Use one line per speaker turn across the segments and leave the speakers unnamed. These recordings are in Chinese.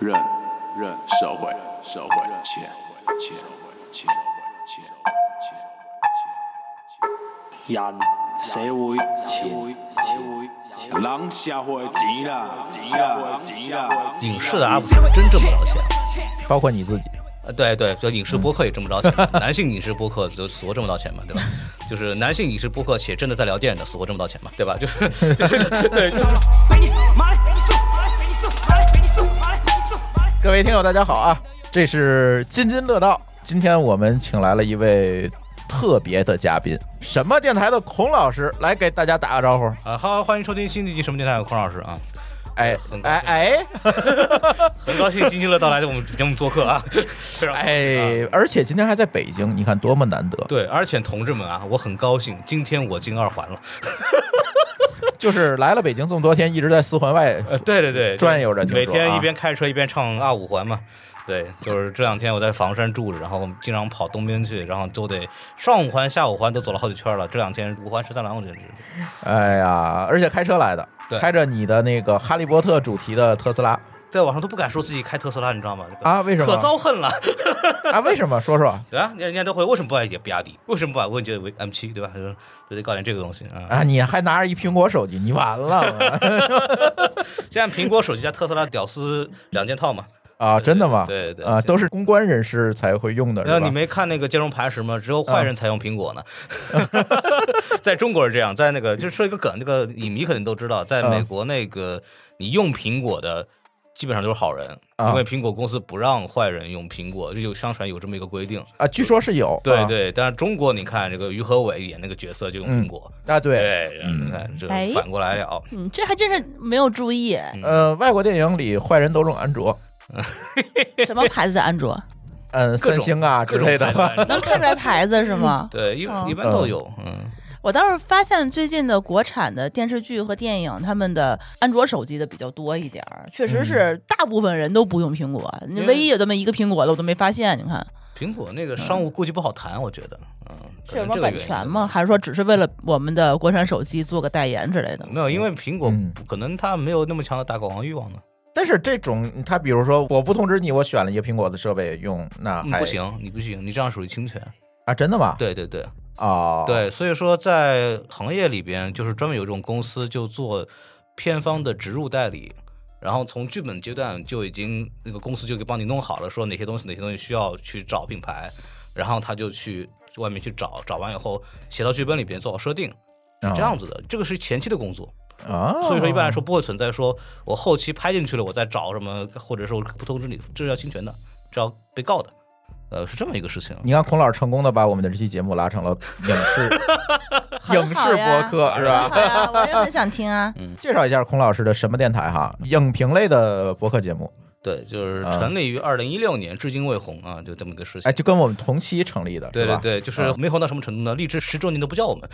认认社会社会钱钱钱钱
人社会钱
钱，人社会钱啦钱啦钱啦，
影视的 UP 主真挣不着钱，
包括你自己，
呃，对对，就影视播客也挣不着钱，男性影视播客就死活挣不到钱嘛，对吧？ 就是男性影视播客且真的在聊电影的，死活挣不到钱嘛，对吧？就是 对，就是
各位听友大家好啊，这是津津乐道，今天我们请来了一位特别的嘉宾，什么电台的孔老师来给大家打个招呼，
啊，好，欢迎收听新一期什么电台，孔老师啊，
哎
很高
哎
兴
哎
很高兴津津乐道来我们节目做客啊， 非常啊
哎，而且今天还在北京，你看多么难得，
对，而且同志们啊，我很高兴，今天我进二环了。
就是来了北京这么多天，一直在四环外，
呃，对对对，
转悠着听说
每天
啊
一边开车一边唱二五环嘛。对，就是这两天我在房山住着，然后经常跑东边去，然后都得上五环、下五环都走了好几圈了。这两天五环十三郎，我简直
哎呀，而且开车来的
对，
开着你的那个哈利波特主题的特 斯拉
在网上都不敢说自己开特斯拉，你知道吗？这个
啊？为什
可
么
遭恨了，
啊？为什么？说说
对啊，人家都会为什么不爱也比亚迪，为什么不爱问界为 M 七，对吧？就就得搞点这个东西啊。
啊？你还拿着一苹果手机，你 完了
现在苹果手机加特斯拉屌丝两件套嘛，
啊？真的吗？
对对
啊，都是公关人士才会用的，
然后
是
你
吧？
没看那个金融磐石吗？只有坏人才用苹果 呢，在中国是这样，在那个就是说一个梗，那个影迷肯定都知道，在美国那个你用苹果的。基本上都是好人，
啊
因为苹果公司不让坏人用苹果，就有相传有这么一个规定。
啊，据说是有，
对
啊
对，但是中国你看这个于和伟演那个角色就用苹果，
啊，对，
对，然后你看这
哎
反过来了，
嗯，这还真是没有注意，
呃，外国电影里坏人都用安卓，
什么牌子的安卓
嗯，
各种
三星啊之
各种
类的，
反过来
能看出来牌子是吗？
对，一
嗯
一般都有，嗯，
我倒是发现最近的国产的电视剧和电影，他们的安卓手机的比较多一点儿，确实是大部分人都不用苹果，你
因为
唯一有这么一个苹果的我都没发现。你看
苹果那个商
嗯
务估计不好谈，我觉得，嗯，可
是有什
能这
么
个
版
原因
权吗？还是说只是为了我们的国产手机做个代言之类的？
没有，因为苹果
嗯
可能它没有那么强的打广告欲望啊呢。
但是这种，他比如说，我不通知你，我选了一个苹果的设备用，那
你
还
嗯不行，你不行，你这样属于侵权。
啊？真的吗？
对对对
哦，，
对，所以说在行业里边，就是专门有一种公司就做片方的植入代理。然后从剧本阶段就已经那个公司就给帮你弄好了，说哪些东西哪些东西需要去找品牌，然后他就去外面去找，找完以后写到剧本里边做好设定，
哦
是这样子的。这个是前期的工作，
啊，
所以说一般来说不会存在说我后期拍进去了，我再找什么，或者是我不通知你，这是要侵权的，这要被告的，呃，是这么一个事情。
你看孔老师成功的把我们的这期节目拉成了影视影
很好
视
呀
播客是吧？嗯
好呀，我也很想听啊。
介绍一下孔老师的什么电台哈？影评类的播客节目，
对，就是
啊
成立于二零一六年，至今未红啊，就这么一个事情
哎，。就跟我们同期成立的，
对对
是吧？啊
对，就是没红到什么程度呢？励志十周年都不叫我们，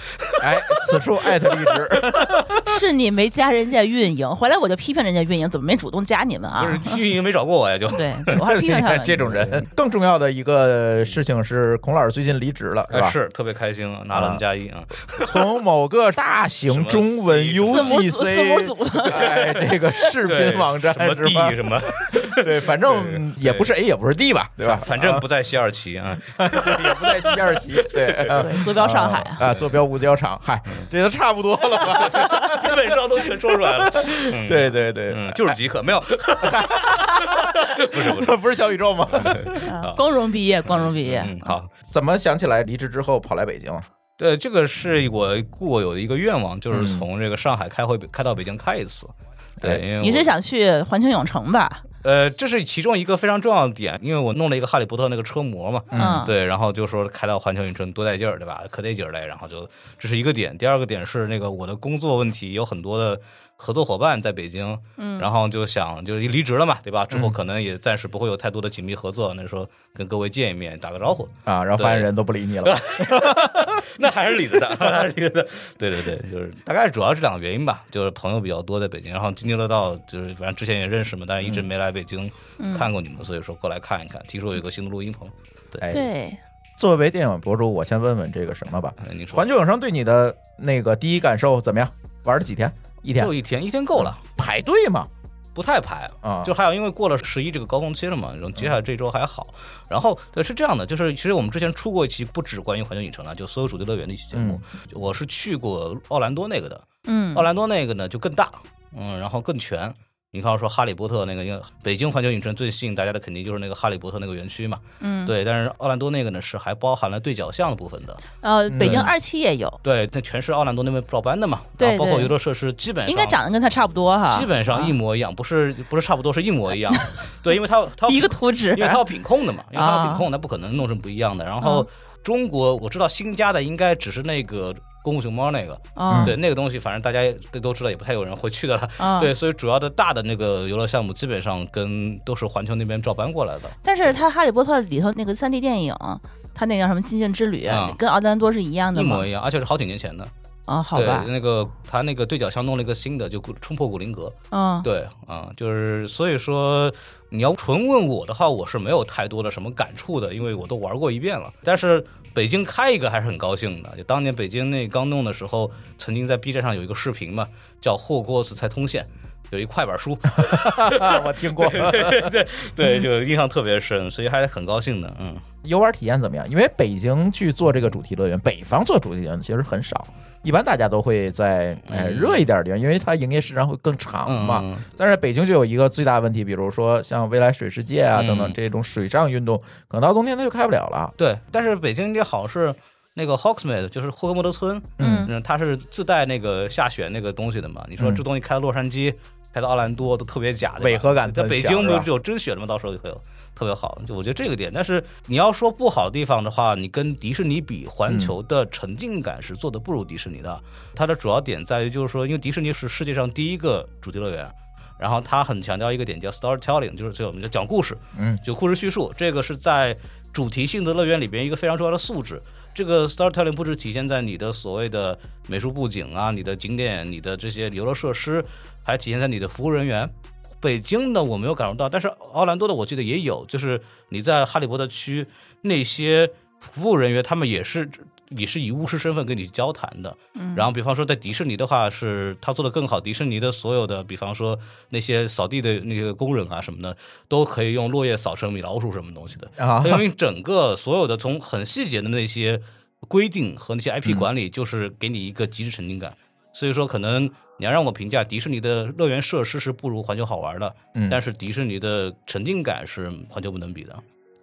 哎，此处艾特荔枝，
是你没加人家运营，回来我就批评人家运营怎么没主动加你们啊
就？是运营没找过我呀，就。
对，对我还是批评 他们。
这种人。更重要的一个事情是，孔老师最近离职了，是吧？
哎，是特别开心，拿了 N 加一啊！
从某个大型中 文
什
字母组字母
UGC
组的。
哎这个视频网站
对什么
是吧
地？什么，
对，反正
对
也不是 A 也不是 D 吧， 对吧？
反正不在西二旗 啊。
也不在西二旗，对，啊
对，坐标上海啊。
啊，坐标五角场，
嗯
嗨，这都差不多了吧？
基本上都全说出 来了。嗯，
对对对，
嗯，就是极客， 没有，不是不是，
不是小宇宙吗？
啊
光荣毕业，光荣毕业。
嗯，好，
怎么想起来离职之后跑来北京了？
对，这个是我
嗯
固有的一个愿望，就是从这个上海开会开到北京开一次。对，因为
哎你
我
是想去环球影城吧？
呃，这是其中一个非常重要的点，因为我弄了一个哈利波特那个车模嘛，
嗯，
对，然后就说开到环球影城多带劲儿，对吧？可带劲儿嘞，然后就这是一个点。第二个点是那个我的工作问题，有很多的合作伙伴在北京，嗯，然后就想就是离职了嘛，对吧？之后
嗯
可能也暂时不会有太多的紧密合作，那说跟各位见一面，打个招呼，
啊，然后发现
对
人都不理 你了，
那还是理子的，还是理子的。对对对，就是大概主要是两个原因吧，就是朋友比较多在北京，然后津津乐道就是反正之前也认识嘛，但是一直没来北京看过你们，所以说过来看一看。听说有一个新的录音棚，
哎，
对，
作为电影博主，我先问问这个什么吧。
哎你说
环球影城对你的那个第一感受怎么样？玩了几天？一天
嗯就一天，一天够了。
排队吗？
不太排
啊
就还有因为过了十一这个高峰期了嘛，然后接下来这周还好。然后对是这样的，就是其实我们之前出过一期不止关于环球影城了，就所有主题乐园的一期节目，就我是去过奥兰多那个的，
嗯
奥，兰多那个呢就更大，嗯，然后更全。你刚刚说《哈利波特》那个，因为北京环球影城最吸引大家的肯定就是那个《哈利波特》那个园区嘛，
嗯，
对。但是奥兰多那个呢是还包含了对角巷的部分的，
呃，北京
嗯
二期也有，
对，那全是奥兰多那边照搬的嘛，
对
然后包括
对
娱乐设施基本上
应该长得跟它差不多哈，
哎哦
啊
基本上一模一样，不是不是差不多是一模一 样，对，因为它要它要
一个图纸
因为它要品控的嘛，因为它要
啊嗯
品控，它不可能弄成不一样的。然后中国我知道新加的应该只是那个功夫熊猫那个，
啊，
对那个东西，反正大家也都都知道，也不太有人会去的了。
啊
对，所以主要的大的那个游乐项目基本上跟都是环球那边照搬过来的。
但是它《哈利波特》里头那个三 D 电影，它那个叫什么《禁境之旅》
啊
跟奥兰多是一样的
一
吗？
模一样，而且是好几年前的。
啊，好
对嗯
吧，，
那个他那个对角巷弄了一个新的，就古冲破古灵阁。
嗯，
对啊、就是所以说，你要纯问我的话，我是没有太多的什么感触的，因为我都玩过一遍了。但是北京开一个还是很高兴的。就当年北京那刚弄的时候，曾经在 B 站上有一个视频嘛，叫《霍格沃茨才通县》，有一快板书，
啊我 听过。
对，就印象特别深，所以还很高兴的。嗯，
游玩体验怎么样？因为北京去做这个主题乐园，北方做主题乐园其实很少，一般大家都会在哎
嗯
热一点的地方，因为它营业时长会更长嘛。
嗯
但是北京就有一个最大问题，比如说像未来水世界啊
嗯
等等这种水上运动，可能到冬天它就开不了 了。
对。但是北京也好是那个 Hawksmith，就是霍格莫德村，
嗯
嗯，它是自带那个下雪那个东西的嘛。你说
嗯
这东西开到洛杉矶，开到奥兰多都特别假，对吧
违和感
在
很
北
强
京
是
不
吧
是有真雪的吗？到时候就会有特别好。就我觉得这个点，但是你要说不好的地方的话，你跟迪士尼比，环球的沉浸感是做的不如迪士尼的。它的主要点在于就是说，因为迪士尼是世界上第一个主题乐园。然后它很强调一个点叫 storytelling，就是就我们叫讲故事，
嗯，
就故事叙述，这个是在主题性的乐园里边一个非常重要的素质。这个 storytelling 不只体现在你的所谓的美术布景啊、你的景点、你的这些游乐设施，还体现在你的服务人员。北京的我没有感受到，但是奥兰多的我记得也有，就是你在哈利波特区那些服务人员，他们也是也是以巫师身份跟你交谈的。嗯、然后，比方说在迪士尼的话，是他做的更好，迪士尼的所有的，比方说那些扫地的那个工人啊什么的，都可以用落叶扫成米老鼠什么东西的。
啊
它因为整个所有的从很细节的那些规定和那些
嗯
IP 管理，就是给你一个极致沉浸感。所以说，可能你要让我评价迪士尼的乐园设施是不如环球好玩的，
嗯
但是迪士尼的沉浸感是环球不能比的。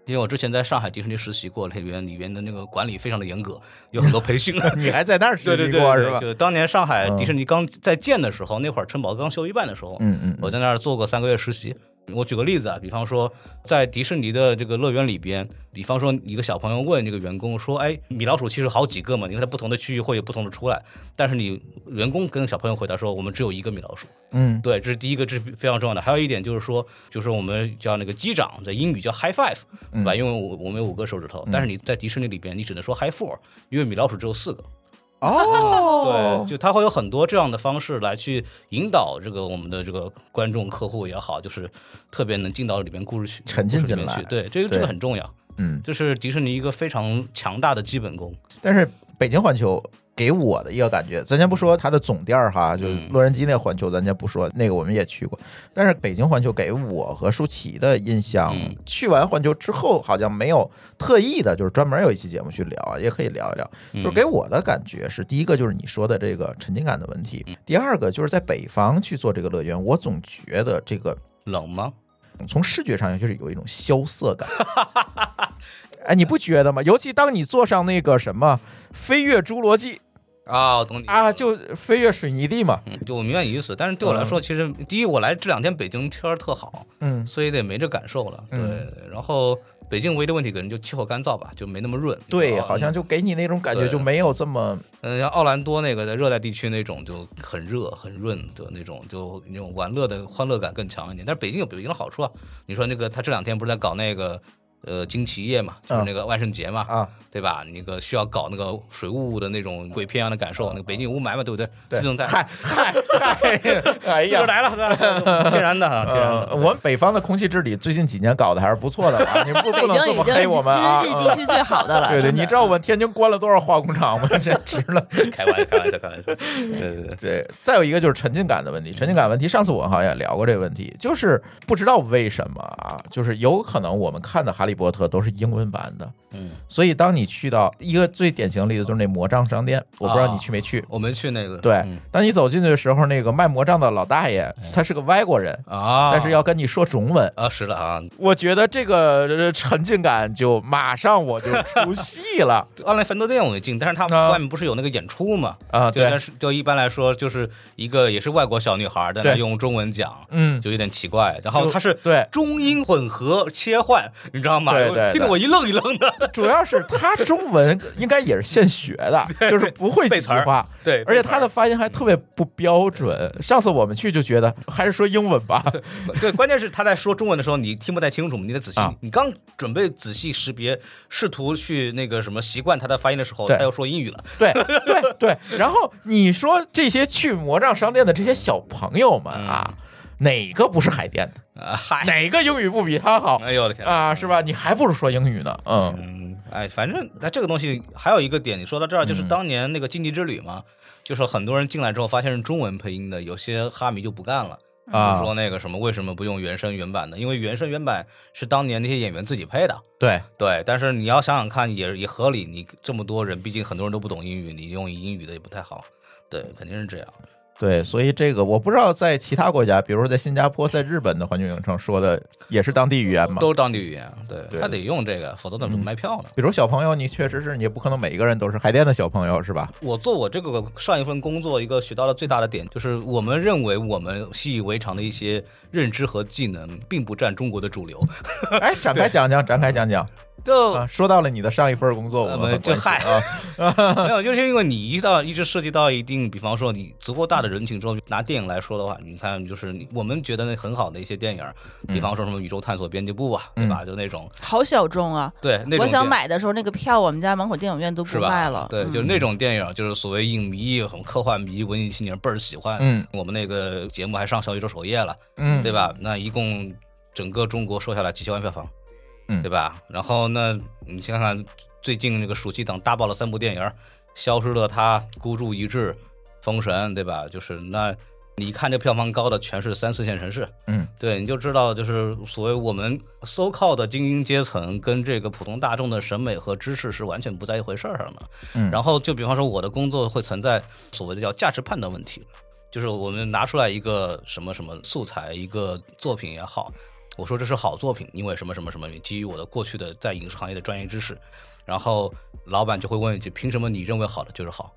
因为我之前在上海迪士尼实习过，里边里边的那个管理非常的严格，有很多培训。 啊
你还在那儿
对
实
对
习
对
过
对
是吧？
就当年上海
嗯
迪士尼刚在建的时候，那会儿城堡刚修一半的时候，
嗯嗯
我在那儿做过三个月实习。我举个例子啊，比方说在迪士尼的这个乐园里边，比方说一个小朋友问这个员工说：“哎，米老鼠其实好几个嘛，因为它不同的区域会有不同的出来。”但是你员工跟小朋友回答说：“我们只有一个米老鼠。”
嗯
对，这是第一个，这是非常重要的。还有一点就是说，就是我们叫那个机长，在英语叫 high five，对
嗯
吧？因为我我们有五个手指头，但是你在迪士尼里边，你只能说 high four，因为米老鼠只有四个。
哦
对，，就它会有很多这样的方式来去引导这个我们的这个观众客户也好，就是特别能进到里面故事去
沉浸
故事里面
进来
去。对，这个这
对
个很重要，
嗯，
这是迪士尼一个非常强大的基本功。
但是北京环球。给我的一个感觉，咱先不说它的总店儿哈，就是
嗯
洛杉矶那环球，咱先不说那个，我们也去过。但是北京环球给我和舒淇的印象，
嗯
去完环球之后，好像没有特意的，就是专门有一期节目去聊啊，也可以聊一聊。
嗯
就是给我的感觉是，第一个就是你说的这个沉浸感的问题，第二个就是在北方去做这个乐园，我总觉得这个
冷吗？
从视觉上就是有一种萧瑟感。哎，你不觉得吗？尤其当你坐上那个什么《飞跃侏罗纪
啊，我懂你》
啊，就嗯飞跃水泥地嘛，
嗯就我明白你意思，但是对我来说，其实第一，我来这两天北京天儿特好，
嗯
所以得没这感受了。对，
嗯
然后北京唯一的问题可能就气候干燥吧，就没那么润。啊
对，
然后
好像就给你那种感觉
哦对
就没有 这么
嗯，像奥兰多那个在热带地区那种就很热很润的那种，就那种玩乐的欢乐感更强一点。但是北京有北京的好处啊，你说那个他这两天不是在搞那个呃惊奇夜嘛，就是那个万圣节嘛，
啊，
对吧？那个需要搞那个水雾的那种鬼片一样的感受，那个北京雾霾嘛，对不对？
啊对
自动带，
嗨嗨嗨，哎
自个儿
呀。
来了，对 天然的啊，天然
呃，
的。
我们北方的空气治理最近几年搞的还是不错的了啊，你不不
北
能
京
这
已
么
经嗯
黑我们啊！
是地区最好的 了。
对对，
真
你
的
知道我们天津关了多少化工厂吗？ 这值了。
开玩笑，开玩笑，开玩笑。对对对，
对，再有一个就是沉浸感的问题。沉浸感问题，上次我好像也聊过这个问题，就是不知道为什么啊，就是有可能我们看的《哈利波特》都是英文版的，
嗯，
所以当你去到一个最典型的例子就是那魔杖商店，我不知道你去没去。
我没去那个。
对
嗯，
当你走进去的时候，那个卖魔杖的老大爷他是个外国人，
啊，
但是要跟你说中文，
啊，是的啊，
我觉得这个呃沉浸感就马上我就出戏了
奥兰凡多店我没进，但是他
啊
们外面不是有那个演出嘛？
啊！
对，但
对，
是就一般来说，就是一个也是外国小女孩，但她
对
用中文讲，
嗯，
就有点奇怪。然后
就
她是
对
中英混合切换，你知道吗？
对对
我听得
对
我一愣一愣的。
主要是他中文应该也是现学 的，就是不会
背
几
词
句
儿
话。
对，
而且他的发音还特别不标准。上次我们去就觉得还是说英文 吧，
对，关键是她在说中文的时候，你听不太清楚，你得仔细
啊。
你刚准备仔细识别，试图去那个什么习惯她的发音的时候，
对
她又说英语了。
对对对。然后你说这些去魔杖商店的这些小朋友们啊，哪个不是海淀的？
啊，嗯嗨，
哪个英语不比他好
哎呦我的天！
啊？是吧？你还不如说英语呢。嗯，
嗯，哎，反正那这个东西还有一个点，你说到这儿
嗯
就是当年那个《禁忌之旅》嘛，就是很多人进来之后发现是中文配音的，有些哈迷就不干了，
啊
就说那个什么为什么不用原声原版的？因为原声原版是当年那些演员自己配的，
对
对。但是你要想想看也，也合理，你这么多人，毕竟很多人都不懂英语，你用英语的也不太好，对，肯定是这样。
对，所以这个我不知道在其他国家，比如说在新加坡、在日本的环球影城说的也是当地语言嘛。
都是当地语言，对，
对嗯
他得用这个，否则怎么卖票呢？
比如小朋友，你确实是你也不可能每一个人都是海淀的小朋友，是吧？
我做我这个上一份工作，一个学到的最大的点就是，我们认为我们习以为常的一些认知和技能，并不占中国的主流。
哎，展开讲讲，展开讲讲。
就、
啊，说到了你的上一份工作，我
哦呃
们很
就
关心
嗨
啊，
没有，就是因为你一到一直涉及到一定，比方说你足够大的人群之后，拿电影来说的话，你看就是你我们觉得那很好的一些电影，比方说什么《宇宙探索编辑部》啊，
嗯
对吧？就那种
好小众啊！
对那种
我想
电影
买的时候，那个票我们家门口电影院都
是
不
吧？
卖了。
对，
嗯
就是那种电影，就是所谓影迷、很科幻迷、文艺青年倍儿喜欢。
嗯，
我们那个节目还上小宇宙首页了。
嗯，
对吧？那一共整个中国收下来几千万票房，
嗯
对吧？然后那你想想最近那个暑期档大爆了三部电影儿，《消失的她》《孤注一掷》《封神》，对吧？就是那你一看这票房高的全是三四线城市，
嗯，
对，你就知道就是所谓我们 so called 的精英阶层跟这个普通大众的审美和知识是完全不在一回事儿上的。
嗯
然后就比方说我的工作会存在所谓的叫价值判断问题，就是我们拿出来一个什么什么素材，一个作品也好，我说这是好作品，因为什么什么什么，基于我的过去的在影视行业的专业知识，然后老板就会问一句：凭什么你认为好的就是好？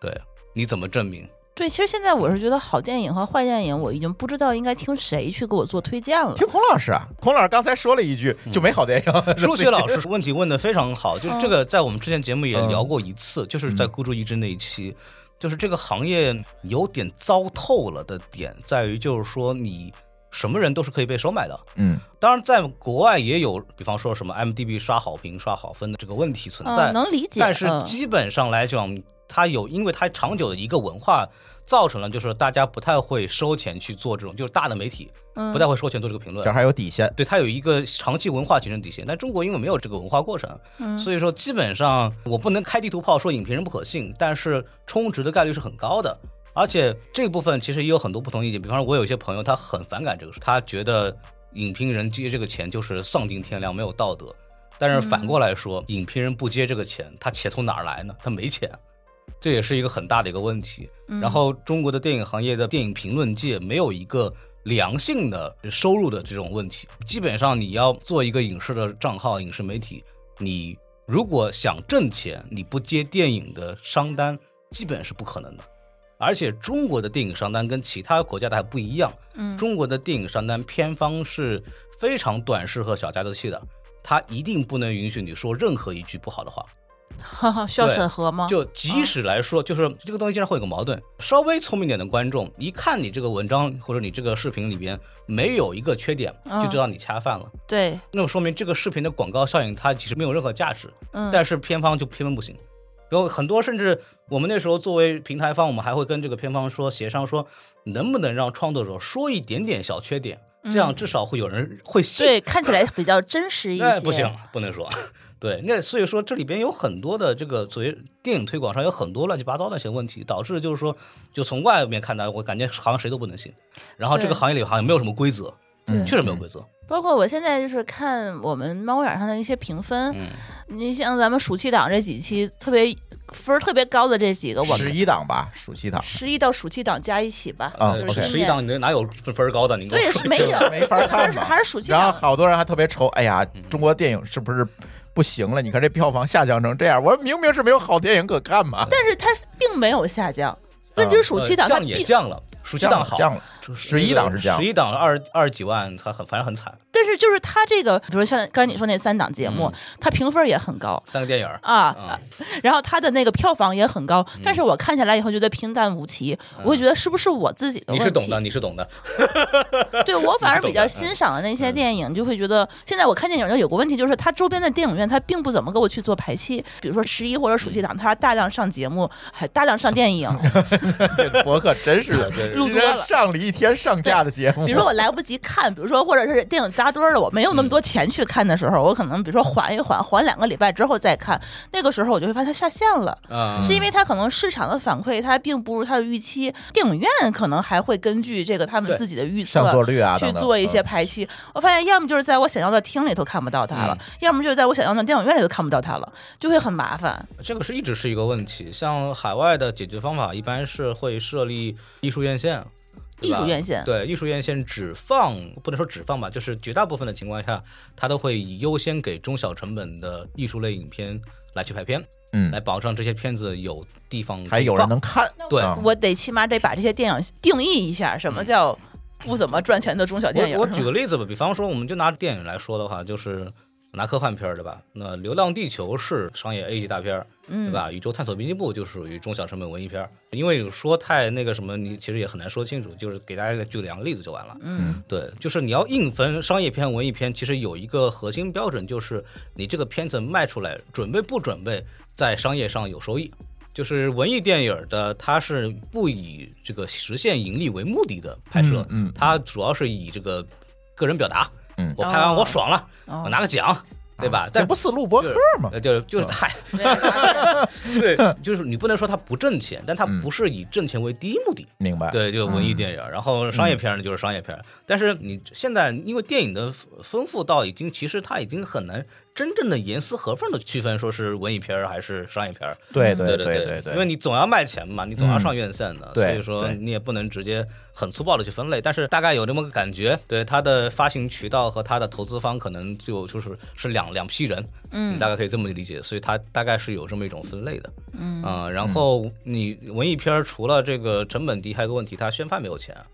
对，你怎么证明？
对，其实现在我是觉得好电影和坏电影，我已经不知道应该听谁去给我做推荐了。
听孔老师啊，孔老师刚才说了一句，就没好电影。
嗯 数学老师问题问的非常好，就是这个在我们之前节目也聊过一次，就是在孤注一掷那一期，就是这个行业有点糟透了的点在于，就是说你什么人都是可以被收买的。
嗯，
当然，在国外也有，比方说什么 m d b 刷好评、刷好分的这个问题存在，
嗯，能理解。
但是
嗯
基本上来讲，它有，因为它长久的一个文化造成了，就是大家不太会收钱去做这种，就是大的媒体
嗯
不太会收钱做这个评论
这。还有底线。
对，它有一个长期文化形成底线，但中国因为没有这个文化过程，所以说基本上我不能开地图炮说影评人不可信，但是充值的概率是很高的。而且这部分其实也有很多不同意见，比方说我有一些朋友他很反感这个事，他觉得影评人接这个钱就是丧尽天良，没有道德。但是反过来说，影评人不接这个钱，他钱从哪儿来呢？他没钱，这也是一个很大的一个问题。然后中国的电影行业的电影评论界没有一个良性的收入的这种问题，基本上你要做一个影视的账号、影视媒体，你如果想挣钱，你不接电影的商单，基本是不可能的。而且中国的电影商单跟其他国家的还不一样，
嗯
中国的电影商单片方是非常短视和小家子气的，他一定不能允许你说任何一句不好的话。
哈哈，需要
对
审核吗？啊
就即使来说，就是这个东西经常会有个矛盾，稍微聪明点的观众一看你这个文章或者你这个视频里边没有一个缺点，
嗯
就知道你恰饭了。
对，
那么说明这个视频的广告效应它其实没有任何价值，
嗯，
但是片方就偏偏不行。然后很多甚至我们那时候作为平台方，我们还会跟这个片方说协商说，能不能让创作者说一点点小缺点，这
嗯
样至少会有人会信。
对，看起来比较真实 一
哎，
些。
不行，不能说。对，那所以说这里边有很多的这个作为电影推广上有很多乱七八糟的一些问题，导致就是说，就从外面看来，我感觉好像谁都不能信，然后这个
对嗯
行业里好像没有什么规则，
对
嗯
确实没有规则。
包括我现在就是看我们猫眼上的一些评分，
嗯
你像咱们暑期档这几期特别分儿特别高的这几个，我
十
们
一档吧，暑期档
十一到暑期档加一起吧，
啊
就
，OK
是
哦十
今
一
年
档你哪有分分儿高的？你跟我
对
说
是没有，
没法看
还是
嘛
还是暑期
然后
档。
好多人还特别愁，哎呀，
嗯
中国电影是不是不行了？你看这票房下降成这样，我说明明是没有好电影可看嘛。
但是它并没有下降，问题是暑期档它
嗯呃降也
并，
降了，暑期档好，
降了，十一档是这样
十，一档二二十几万，它很反正很惨，
但是就是它这个，比如像刚才你说那三档节
嗯
目，它评分也很高。
三个电影儿嗯
啊， 然后它的那个票房也很高，但是我看下来以后觉得平淡无奇，我会觉得是不是我自己
嗯
的
你
问题？
是懂的，你是懂的，
对我反而比较
你是懂嗯
欣赏的那些电影，就会觉得现在我看电影就有个问题，就是它周边的电影院它并不怎么给我去做排期，比如说十一或者暑期档，它大量上节目，还大量上电影。
这博客 真是的，
对
录
今
多了
天上了一天上架的节目
比，如说我来不及看，比如说或者是电影扎堆儿了，我没有那么多钱去看的时候，我可能比如说缓一缓，缓两个礼拜之后再看，那个时候我就会发现它下线了。
啊，
是因为它可能市场的反馈，它并不如它的预期。电影院可能还会根据这个他们
对
自己的预测
上座率啊
去
等等
做一些
嗯
排期。我发现，要么就是在我想要的厅里头看不到它了，要么就是在我想要的电影院里头看不到它了，就会很麻烦。
这个是一直是一个问题。像海外的解决方法一般是会设立艺术院线，对
艺
吧
术院线，
对，艺术院线只放不能说只放吧，就是绝大部分的情况下，它都会以优先给中小成本的艺术类影片来去排片，
嗯
来，保障这些片子有地方
还有人
放
能看，
对
啊
我得起码得把这些电影定义一下，什么叫不怎么赚钱的中小电影？
我我举个例子吧，比方说，我们就拿电影来说的话，就是拿科幻片儿对吧？那《流浪地球》是商业 A 级大片儿，对
嗯
吧？宇宙探索编辑部》就属于中小成本文艺片儿。因为说太那个什么，你其实也很难说清楚，就是给大家举两个例子就完了。
嗯，
对，就是你要硬分商业片、文艺片，其实有一个核心标准，就是你这个片子卖出来，准备不准备在商业上有收益。就是文艺电影的，它是不以这个实现盈利为目的的拍摄，
嗯嗯
它主要是以这个个人表达，
嗯啊
我拍完我爽了，
哦
我拿个奖，对吧？
这
但
不是录播客吗？
呃就是就是 嗨，
对啊
对， 就是你不能说它不挣钱，但它
嗯
不是以挣钱为第一目的，
明白，
对，就文艺电影儿，然后商业片儿呢就是商业片儿。但是你现在因为电影的丰富到已经，其实它已经很难真正的严丝合缝的区分，说是文艺片儿还是商业片儿。
对
对
对
对
对，
因为你总要卖钱嘛，你总要上院线的，
对
所以说
对
你也不能直接很粗暴的去分类，但是大概有这么个感觉，对它的发行渠道和它的投资方可能就就是是两两批人，嗯，你大概可以这么理解，所以它大概是有这么一种分类的，嗯啊、然后你文艺片儿除了这个成本低，还有个问题，它宣发没有钱。啊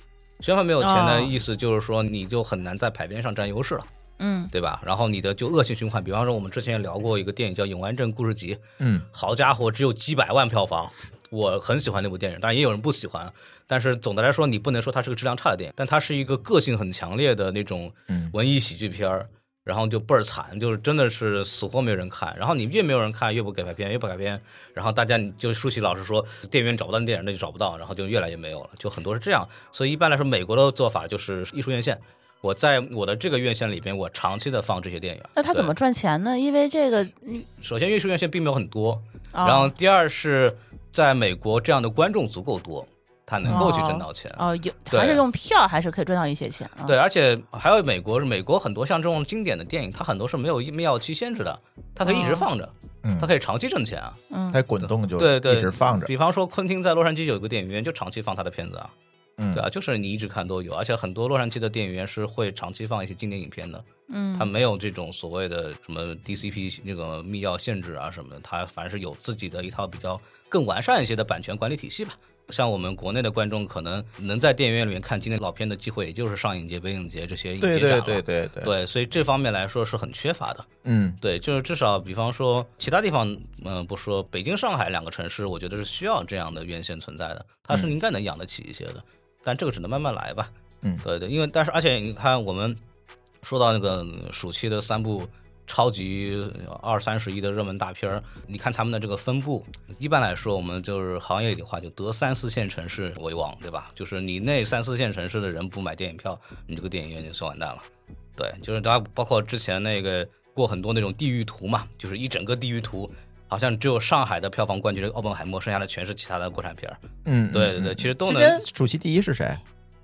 宣发没有钱的
哦
意思就是说，你就很难在排片上占优势了，
嗯，
对吧？然后你的就恶性循环，比方说我们之前也聊过一个电影叫《永安镇故事集》，
嗯，
好家伙，只有几百万票房，我很喜欢那部电影，当然也有人不喜欢。啊但是总的来说，你不能说它是个质量差的电影，但它是一个个性很强烈的那种文艺喜剧片儿，然后就倍儿惨，就是真的是死活没有人看。然后你越没有人看，越不给改编，越不改编，然后大家你就舒淇老师说，电影院找不到电影，那就找不到，然后就越来越没有了，就很多是这样。所以一般来说，美国的做法就是艺术院线。我在我的这个院线里边，我长期的放这些电影。
那他怎
对
么赚钱呢？因为这个，嗯
首先，艺术院线并没有很多，
哦
然后第二是在美国这样的观众足够多，他能够去挣到钱。
哦，有
对
还是用票还是可以赚到一些钱啊？
对，而且还有美国是美国很多像这种经典的电影，它很多是没有密钥期限制的，它可以一
哦
直放着，
嗯
它可以长期挣钱啊。
嗯
它滚动就
对对，
一直放着，
比方说，昆汀在洛杉矶有一个电影院，就长期放他的片子啊。
嗯
对啊，就是你一直看都有，而且很多洛杉矶的电影院是会长期放一些经典影片的。嗯，它没有这种所谓的什么 DCP 那个密钥限制啊什么的，它凡是有自己的一套比较更完善一些的版权管理体系吧。像我们国内的观众，可能能在电影院里面看经典老片的机会，也就是上影节、北影节这些影
对
节展
对
了。
对对对，
对，所以这方面来说是很缺乏的。
嗯，
对，就是至少比方说其他地方，嗯、不说北京、上海两个城市，我觉得是需要这样的院线存在的，它是
嗯
应该能养得起一些的。但这个只能慢慢来吧。
嗯
对对，因为但是而且你看，我们说到那个暑期的三部。超级二三十亿的热门大片儿，你看他们的这个分布，一般来说，我们就是行业里的话，就得三四线城市为王，对吧？就是你那三四线城市的人不买电影票，你这个电影院就算完蛋了。对，就是大家包括之前那个过很多那种地域图嘛，就是一整个地域图，好像只有上海的票房冠军是《奥本海默》，剩下的全是其他的国产片儿。
嗯，嗯
对对对，
嗯
其实都
今
能。
天暑期第一是谁？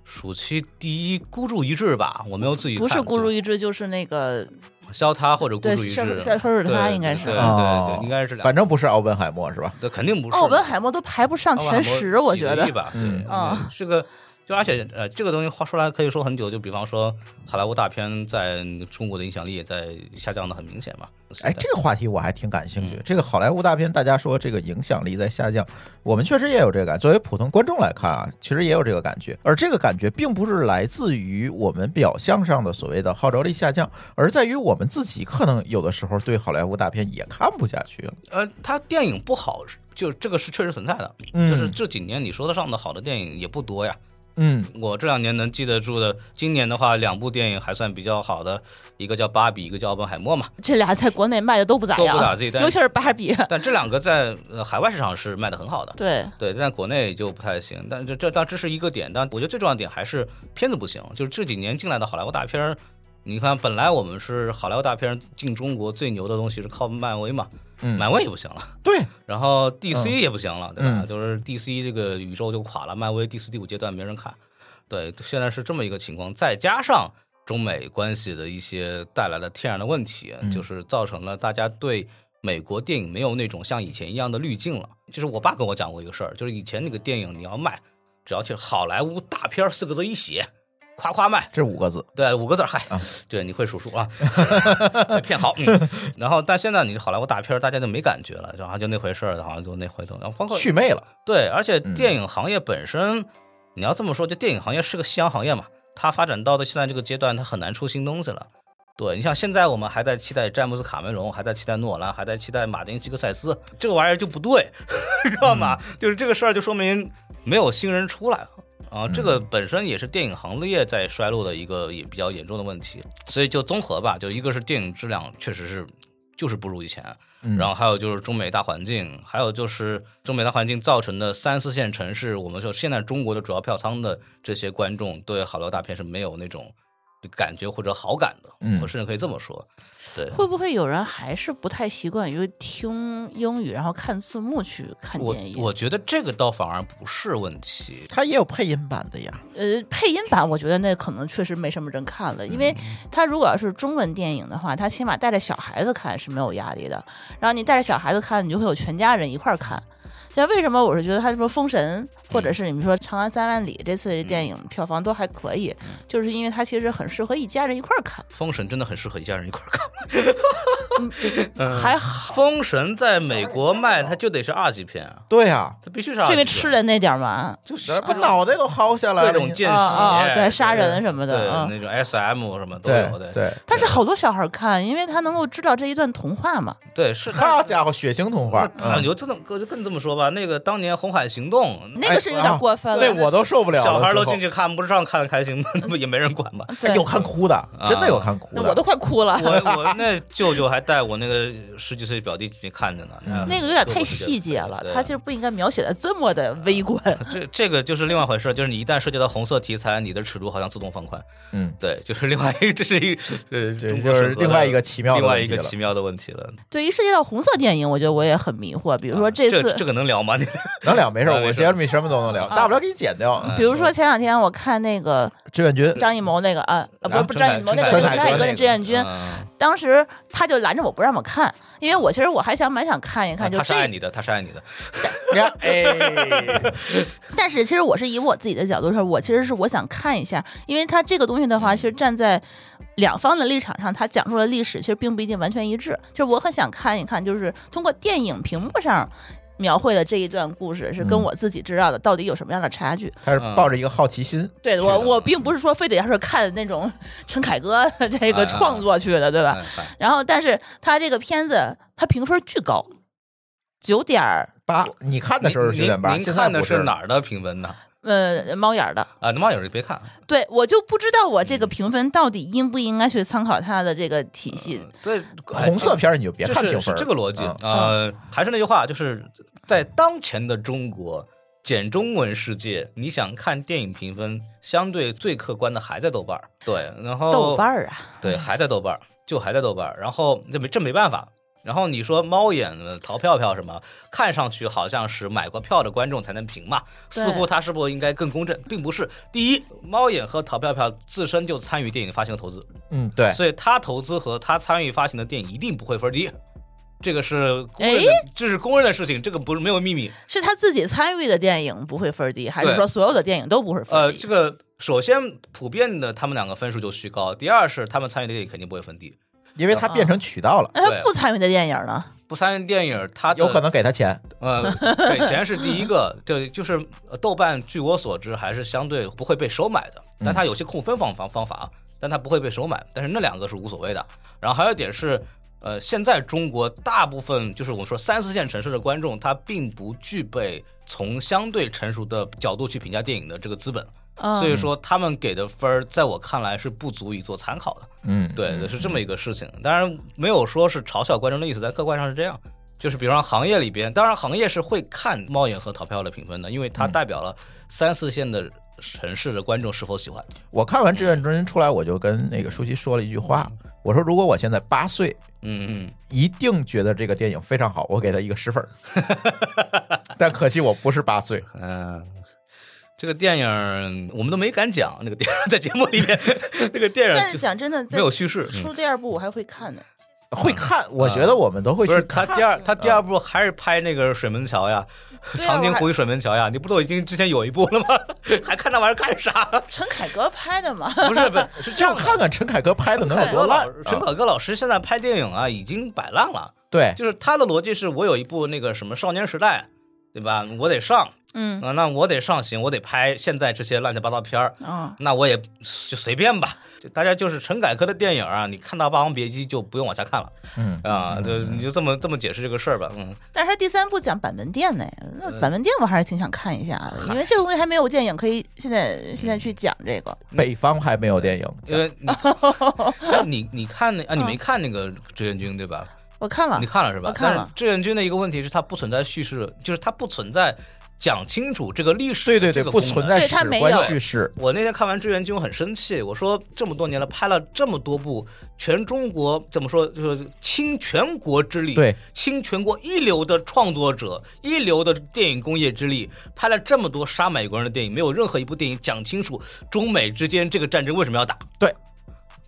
暑期第一孤注一掷吧，我没有自己
不是
看
孤注
就
一掷，就是那个
肖他或者孤
对
注一
肖
掷，
肖肖尔他
对
应该是
对对对
哦
对，应该是两个，
反正不是奥本海默是吧？
对肯定不是
奥本海默都排不上
奥本海默
前十，我
几
觉
个
得
亿。吧，
嗯
对
啊，
这个。就而且呃，这个东西话说来可以说很久，就比方说好莱坞大片在中国的影响力也在下降的很明显嘛。
哎，这个话题我还挺感兴趣。
嗯
这个好莱坞大片，大家说这个影响力在下降，我们确实也有这个感。作为普通观众来看啊，其实也有这个感觉。而这个感觉并不是来自于我们表象上的所谓的号召力下降，而在于我们自己可能有的时候对好莱坞大片也看不下去了。
呃，它电影不好，就这个是确实存在的，
嗯
就是这几年你说得上的好的电影也不多呀。
嗯
我这两年能记得住的，今年的话两部电影还算比较好的，一个叫《芭比》，一个叫《奥本海默》嘛。
这俩在国内卖的都不咋
都不咋
样，
地但
尤其是芭比。
但这两个在呃海外市场是卖的很好的，
对，
对，但国内就不太行。但这这当这是一个点，但我觉得最重要的点还是片子不行，就是这几年进来的好莱坞大片儿。你看，本来我们是好莱坞大片儿进中国最牛的东西是靠漫威嘛，
嗯，
漫威也不行了，
对，
然后 DC 也不行了，对吧？
嗯
就是 DC 这个宇宙就垮了，漫威第四、第五阶段没人看，对，现在是这么一个情况，再加上中美关系的一些带来的天然的问题，
嗯
就是造成了大家对美国电影没有那种像以前一样的滤镜了。就是我爸跟我讲过一个事儿，就是以前那个电影你要卖，只要去好莱坞大片儿四个字一写，夸夸卖，
这五个字。
对，五个字儿，嗨，对，你会数数啊，骗好。嗯、然后，但现在你好莱坞大片儿，大家就没感觉了，然后就那回事儿，好像就那回头，然后包括
祛魅了，
对，而且
嗯
电影行业本身，你要这么说，就电影行业是个夕阳行业嘛，它发展到的现在这个阶段，它很难出新东西了。对你像现在我们还在期待詹姆斯卡梅隆，还在期待诺兰，还在期待马丁西克塞斯，这个玩意儿就不对， 知道吗？ 就是这个事儿就说明没有新人出来啊，这个本身也是电影行业在衰落的一个也比较严重的问题。所以就综合吧，就一个是电影质量确实是就是不如以前，
嗯
然后还有就是中美大环境，还有就是中美大环境造成的三四线城市，我们说现在中国的主要票仓的这些观众对好莱坞大片是没有那种感觉或者好感的，
嗯
我甚至可以这么说，对。
会不会有人还是不太习惯于听英语，然后看字幕去看
我
电影？
我觉得这个倒反而不是问题，
它也有配音版的呀。
呃，配音版我觉得那可能确实没什么人看了，因为他如果要是中文电影的话，他起码带着小孩子看是没有压力的。然后你带着小孩子看，你就会有全家人一块儿看。像为什么我是觉得他说《封神》或者是你们说《长安三万里》这次电影票房都还可以，就是因为它其实很适合一家人一块儿看
《封神》真的很适合一家人一块儿 看。，
还好
《封神》在美国卖，它就得是二级片啊，
对呀、
它必须是二级片。
是因为吃的那点儿嘛，
就是把脑袋都薅下来了，
各种见
啊
血、
啊啊对杀人什么的
对、
嗯
那种 S M 什么都
对
有，对
对，
但是好多小孩儿看，因为他能够知道这一段童话嘛。
对是
好家伙，血腥童话，嗯
啊，你就这么更更这么说吧，那个当年《红海行动》
那个是有点过分了。
哎啊那我都受不了了，
小孩都
最后
进去看不上，看得开 心吗？那不也没人管吗？
对
有看哭的，真的有看哭
那
的。
我都快哭了。
我我那舅舅还带我那个十几岁表弟去看着呢，
嗯
嗯
那个有点太细节了，
对
他其实不应该描写的这么的微观。
这这个就是另外一回事，就是你一旦涉及到红色题材，你的尺度好像自动放宽。
嗯，
对，就是另外一，这 是一呃，
这
中
就
国
是
审核的
另外一个奇妙的
另外
问
一个
题了
奇妙的问题了。
对于涉及到红色电影，我觉得我也很迷惑。比如说这次，
啊这个能聊吗？你
能 聊没事，
啊没事嗯
我觉得你什么都能
啊
聊，大不了给你剪掉。
比如说前两天我看那个
志愿
呃
军，
张艺谋那个啊，啊不是不是
陈
张
凯
艺谋
陈
那
凯歌
个张艺
那
哥
个
的志愿军，
嗯
当时他就拦着我不让我看，因为我其实我还想蛮想看一看，就
啊他是爱
这。
你的，他是爱你的。
你 看，哎，
嗯
但是其实我是以我自己的角度说，我其实是我想看一下，因为他这个东西的话，其实站在。两方的立场上，他讲述的历史其实并不一定完全一致。就是我很想看一看，就是通过电影屏幕上描绘的这一段故事是跟
嗯
我自己知道的到底有什么样的差距。
他是抱着一个好奇心，
对
是
我，
的
我并不是说非得要是看那种陈凯歌的这
哎哎
个创作去的，对吧？
哎嗨
然后，但是他这个片子他评分巨高，九点儿
八，你看的时候是
您
九点八，
您
现
您
在
看的
不
是哪？儿的评分呢？
呃猫眼儿的。
啊，那网友就别看，
对我就不知道我这个评分到底应不应该去参考他的这个体系。
对，哎
红色片儿你就别
这
看
是
评
是
分，
这个逻辑
嗯
呃，还是那句话，就是在当前的中国简中文世界，你想看电影评分，相对最客观的还在豆瓣儿，对，然后
豆瓣儿啊，
对还在豆瓣儿，就还在豆瓣儿，然后这没这没办法。然后你说猫眼、呃淘票票什么，看上去好像是买过票的观众才能评嘛？
对
似乎它是不是应该更公正？并不是。第一，猫眼和淘票票自身就参与电影发行和投资，
嗯，对，
所以他投资和他参与发行的电影一定不会分低，这个是公认的
诶，
这是公认的事情，这个不是没有秘密。
是他自己参与的电影不会分儿低，还是
对
说所有的电影都不会分儿
呃，
低？
这个首先普遍的他们两个分数就虚高，第二是他们参与的电影肯定不会分低，
因为
啊
它变成渠道了，
那他
对
不参与的电影呢？
不参与电影他的
有可能给他钱，
呃给钱是第一个，对，就是呃豆瓣据我所知还是相对不会被收买的，
嗯
但它有些控分方方方法啊，但它不会被收买，但是那两个是无所谓的。然后还有一点是，呃，现在中国大部分就是我们说三四线城市的观众，他并不具备从相对成熟的角度去评价电影的这个资本，
嗯，
所以说他们给的分儿，在我看来是不足以做参考的。
嗯，
对，是这么一个事情。当然没有说是嘲笑观众的意思，但客观上是这样。就是比方说行业里边，当然行业是会看猫眼和淘票的评分的，因为它代表了三四线的城市的观众是否喜欢。
我看完《志愿军》出来，我就跟那个舒淇说了一句话，我说如果我现在八岁，
嗯嗯，
一定觉得这个电影非常好，我给他一个十 分儿。但可惜我不是八岁，
嗯，这个电影我们都没敢讲，那个电影在节目里面， 那个电
但
影
是
就
讲真的，在
没有叙事。嗯
出第二部我还会 看呢。
会看，我觉得我们都会
不
去
是他
看。
第二，他第二部还是拍那个水门桥呀，
对啊
长津
我还
湖与水门桥呀，你不都已经之前有一部了吗？ 还看那玩意儿干啥？
陈凯歌拍的嘛，
不是不是，是这
就
样的。
看看陈凯歌拍的能有多 烂
老。陈
啊
凯歌老师现在拍电影啊，已经摆烂了。
对，
就是他的逻辑是我有一部那个什么《少年时代》，对吧？我得上
嗯
啊，那我得上行，我得拍现在这些乱七八糟片儿，
啊，
那我也就随便吧。就大家就是陈凯歌的电影啊，你看到《霸王别姬》就不用往下看了
嗯，
啊，就你就这么这么解释这个事儿吧。嗯，
但是他第三部讲板门店呢，那板门店我还是挺想看一下的，因为这个东西还没有电影可以现在现
嗯
在去讲这个。
北方还没有电影，
因为 你哎你你看那啊，你没看那个《志愿军》对吧？
我看
啊
了
你，看了是吧？
我看了
但是志愿军的一个问题是，它不存在叙事，就是它不存在讲清楚这个历史。
对对对，
这个功
不
能
存在
对
史
他没
观
有
叙事。
我那天看完《志愿军》，我很生气，我说这么多年了，拍了这么多部，全中国怎么说，就是倾全国之力，
对，
倾全国一流的创作者、一流的电影工业之力，拍了这么多杀美国人的电影，没有任何一部电影讲清楚中美之间这个战争为什么要打。
对，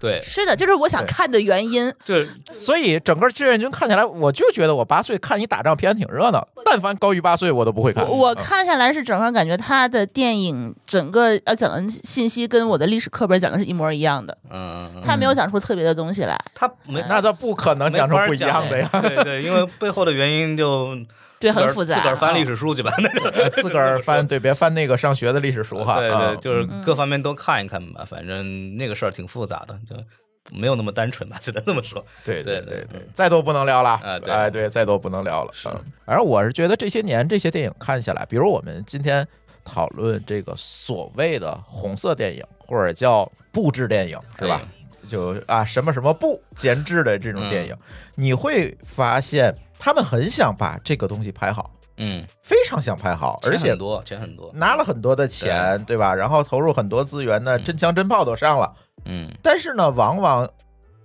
对，
是的，这是我想
对
看的原因。
这
所以整个志愿军看起来，我就觉得我八岁看你打仗片挺热闹，但凡高于八岁我都不会
啊
看。
我我
嗯
看下来是整个感觉他的电影整个要讲的信息跟我的历史课本讲的是一模一样的，
嗯，
他没有讲出特别的东西来。
他没
那他不可能讲出
没法哎
不一样的呀，
对对，因为背后的原因就
对，
自个儿
很复杂。
自个儿
啊
翻历
嗯
史书 去吧，那个。
自个儿翻对，别翻那个上学的历史书哈。
对
啊
对，就是各方面都看一看吧，反正那个事儿挺复杂的，就没有那么单纯吧， 只能这么说。
对
对
对
对
对
嗯，
再多不能聊了
啊对
哎，对，再多不能聊了。嗯，反正我是觉得这些年这些电影看下来，比如我们今天讨论这个所谓的红色电影，或者叫布置电影，是吧？
哎
就啊什么什么布监制的这种电
嗯
影，你会发现他们很想把这个东西拍好，
嗯，
非常想拍好，而
钱
且
很多钱很多，
拿了很多的钱，对吧？然后投入很多资源呢，真枪真炮都上了。
嗯
但是呢，往往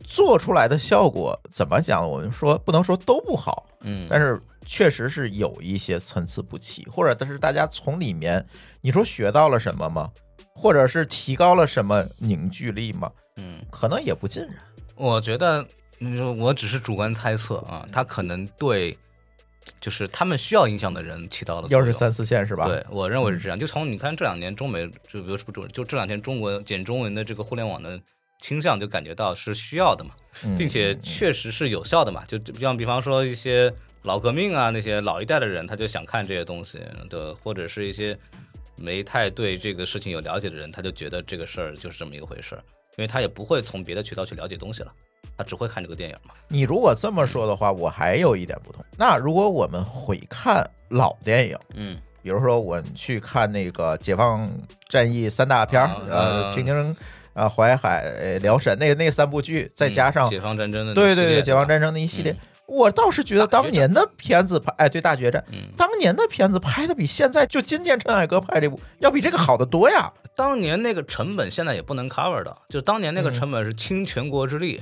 做出来的效果怎么讲呢？我们说不能说都不好，
嗯
但是确实是有一些参差不齐，或者但是大家从里面，你说学到了什么吗？或者是提高了什么凝聚力吗？
嗯，
可能也不尽然。
我觉得，嗯我只是主观猜测啊，他可能对，就是他们需要影响的人起到了作
要
用。
是三四线是吧？嗯
对，我认为是这样。就从你看这两年中美，就比如说中，就这两天中文简中文的这个互联网的倾向，就感觉到是需要的嘛，
嗯，
并且确实是有效的嘛。就就像比方说一些老革命啊那些老一代的人，他就想看这些东西，对，或者是一些没太对这个事情有了解的人，他就觉得这个事儿就是这么一个回事儿，因为他也不会从别的渠道去了解东西了，他只会看这个电影嘛。
你如果这么说的话，我还有一点不同。那如果我们回看老电影，
嗯，
比如说我们去看那个解放战役三大片儿，
啊
呃，平津啊、淮海、呃辽沈那那三部剧，再加上、
嗯解放战争的那
对
系
对
列
对解放，战争那一系列，
嗯
我倒是觉得当年的片子拍，哎，对大决战，
嗯，
当年的片子拍的比现在就今天陈凯歌拍这部要比这个好得多呀。
当年那个成本现在也不能 cover 的，就当年那个成本是倾全国之力，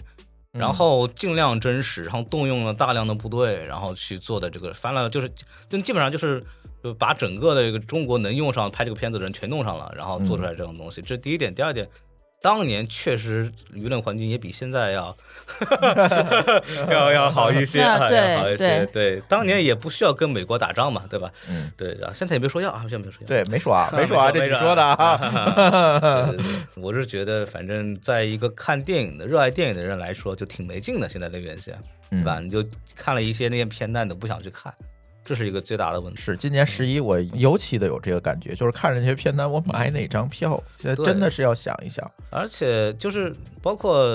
嗯
然后尽量真实，然后动用了大量的部队，然后去做的这个翻了，就是就基本上就是就把整个的这个中国能用上拍这个片子的人全弄上了，然后做出来这种东
嗯
西，这是第一点。第二点，当年确实舆论环境也比现在 要要要好一些，
那
啊
对
要好一些。对，当年也不需要跟美国打仗嘛，对吧？
嗯，
对，然后现在也没说要啊，现在没说要。
对，没说啊，没说
啊
啊，
没
这
说
你 说的啊。
对对对我是觉得，反正在一个看电影的、热爱电影的人来说，就挺没劲的。现在的院线，对吧？你就看了一些那些片段，你都不想去看，这是一个最大的问题。
是今年十一，我尤其的有这个感觉，就是看着那些片单，我买哪张票，现在
对
真的是要想一想。
而且就是包括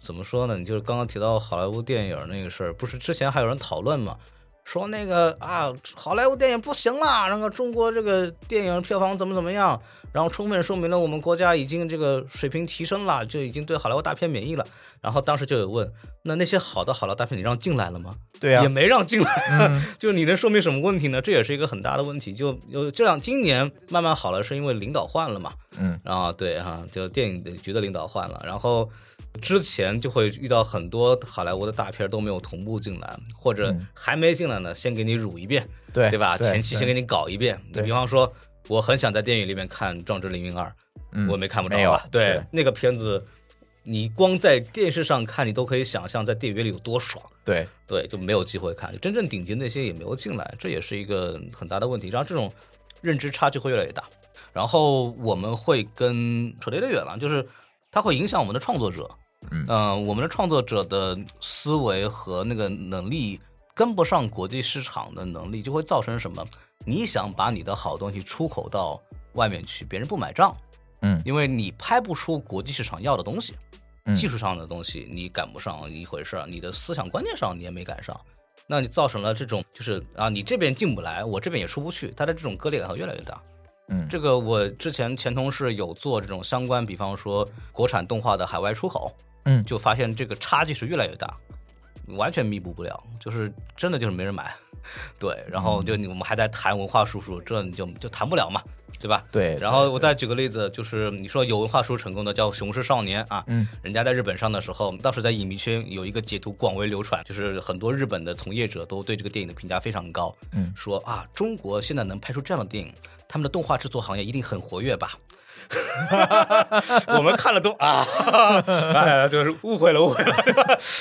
怎么说呢？你就是刚刚提到好莱坞电影那个事儿，不是之前还有人讨论嘛？说那个啊，好莱坞电影不行啦，那个中国这个电影票房怎么怎么样，然后充分说明了我们国家已经这个水平提升了，就已经对好莱坞大片免疫了。然后当时就有问，那那些好的好莱坞大片你让进来了吗？
对啊呀嗯
也，没让进来， 就是你能说明什么问题呢？这也是一个很大的问题。就有这两今年慢慢好了，是因为领导换了嘛？
嗯，
啊，对啊，就电影局的领导换了，然后之前就会遇到很多好莱坞的大片都没有同步进来，或者
嗯
还没进来呢，先给你辱一遍，
对
对吧？前期先给
你，
你搞一遍。
对
比方说，我很想在电影里面看《壮志凌云二》，
嗯
我没看不着
没有
吧？对，那个片子，你光在电视上看，你都可以想象在电影院里有多爽。
对，
对，就没有机会看。真正顶级那些也没有进来，这也是一个很大的问题。然后这种认知差距会越来越大，然后我们会跟扯得越远了，就是它会影响我们的创作者。
嗯
呃我们的创作者的思维和那个能力跟不上国际市场的能力，就会造成什么？你想把你的好东西出口到外面去，别人不买账，
嗯
因为你拍不出国际市场要的东西。
嗯
技术上的东西你赶不上一回事儿，你的思想观念上你也没赶上，那你造成了这种就是啊，你这边进不来，我这边也出不去，它的这种割裂感会越来越大。
嗯，
这个我之前前同事有做这种相关，比方说国产动画的海外出口，
嗯
就发现这个差距是越来越大，完全弥补不了，就是真的就是没人买， 对，然
嗯
后就你我们还在谈文化输出，这你就就谈不了嘛，对吧？
对
然后我再举个例子，就是你说有文化输出成功的叫《雄狮少年》啊，
嗯，
人家在日本上的时候，当时在影迷圈有一个截图广为流传，就是很多日本的从业者都对这个电影的评价非常高，
嗯
说啊，中国现在能拍出这样的电影，他们的动画制作行业一定很活跃吧。 我们看了都啊， 哎呀，就是误会了， 误会了，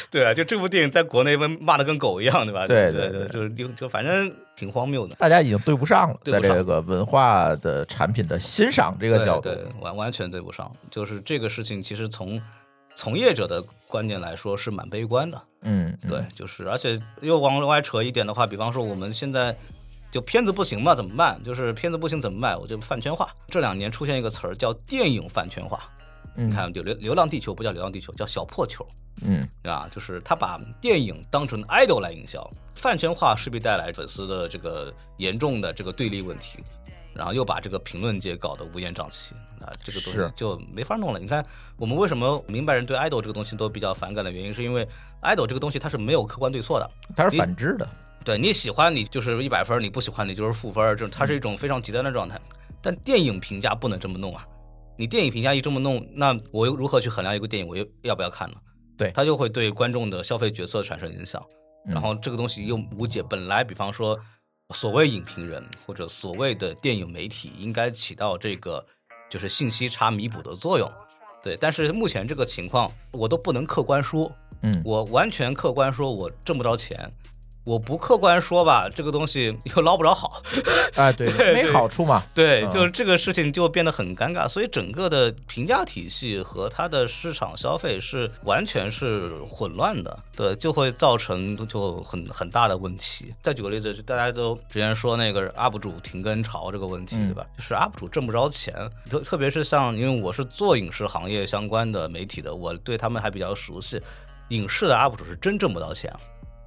对啊，就这部电影在国内被骂的跟狗一样，对吧？
对
对
对对
就是就就反正挺荒谬的。
大家已经对不上了，
对
在
不上
这个文化的产品的欣赏这个角度
对，对完完全对不上。就是这个事情，其实从从业者的观念来说是蛮悲观的。
嗯，嗯
对，，就是而且又往外扯一点的话，比方说我们现在就片子不行嘛，怎么办？就是片子不行怎么办？我就饭圈化。这两年出现一个词儿叫电影饭圈化。
嗯
你看，就流《流浪地球》不叫《流浪地球》，叫小破球。
嗯
啊，就是他把电影当成 idol 来营销，饭圈化势必带来粉丝的这个严重的这个对立问题，然后又把这个评论界搞得乌烟瘴气啊，这个东
是
西就没法弄了。你看，我们为什么明白人对 idol 这个东西都比较反感的原因，是因为 idol 这个东西它是没有客观对错的，
它是 反制的，
对你喜欢你就是一百分儿，你不喜欢你就是负分儿，就是它是一种非常极端的状态。但电影评价不能这么弄啊！你电影评价一这么弄，那我又如何去衡量一个电影我又要不要看呢？
对
它就会对观众的消费决策产生影响。
嗯
然后这个东西又无解。本来比方说，所谓影评人或者所谓的电影媒体应该起到这个就是信息差弥补的作用，对。但是目前这个情况，我都不能客观说，
嗯
我完全客观说，我挣不着钱，我不客观说吧，这个东西 又捞不着好，
啊，对，没好处嘛，
对，
嗯
就是这个事情就变得很尴尬，所以整个的评价体系和它的市场消费是完全是混乱的，对，就会造成就很很大的问题。再举个例子，就大家都之前说那个 UP 主停更潮这个问题，
嗯
对吧？就是 UP 主挣不着钱，特特别是像因为我是做影视行业相关的媒体的，我对他们还比较熟悉，影视的 UP 主是真挣不到钱。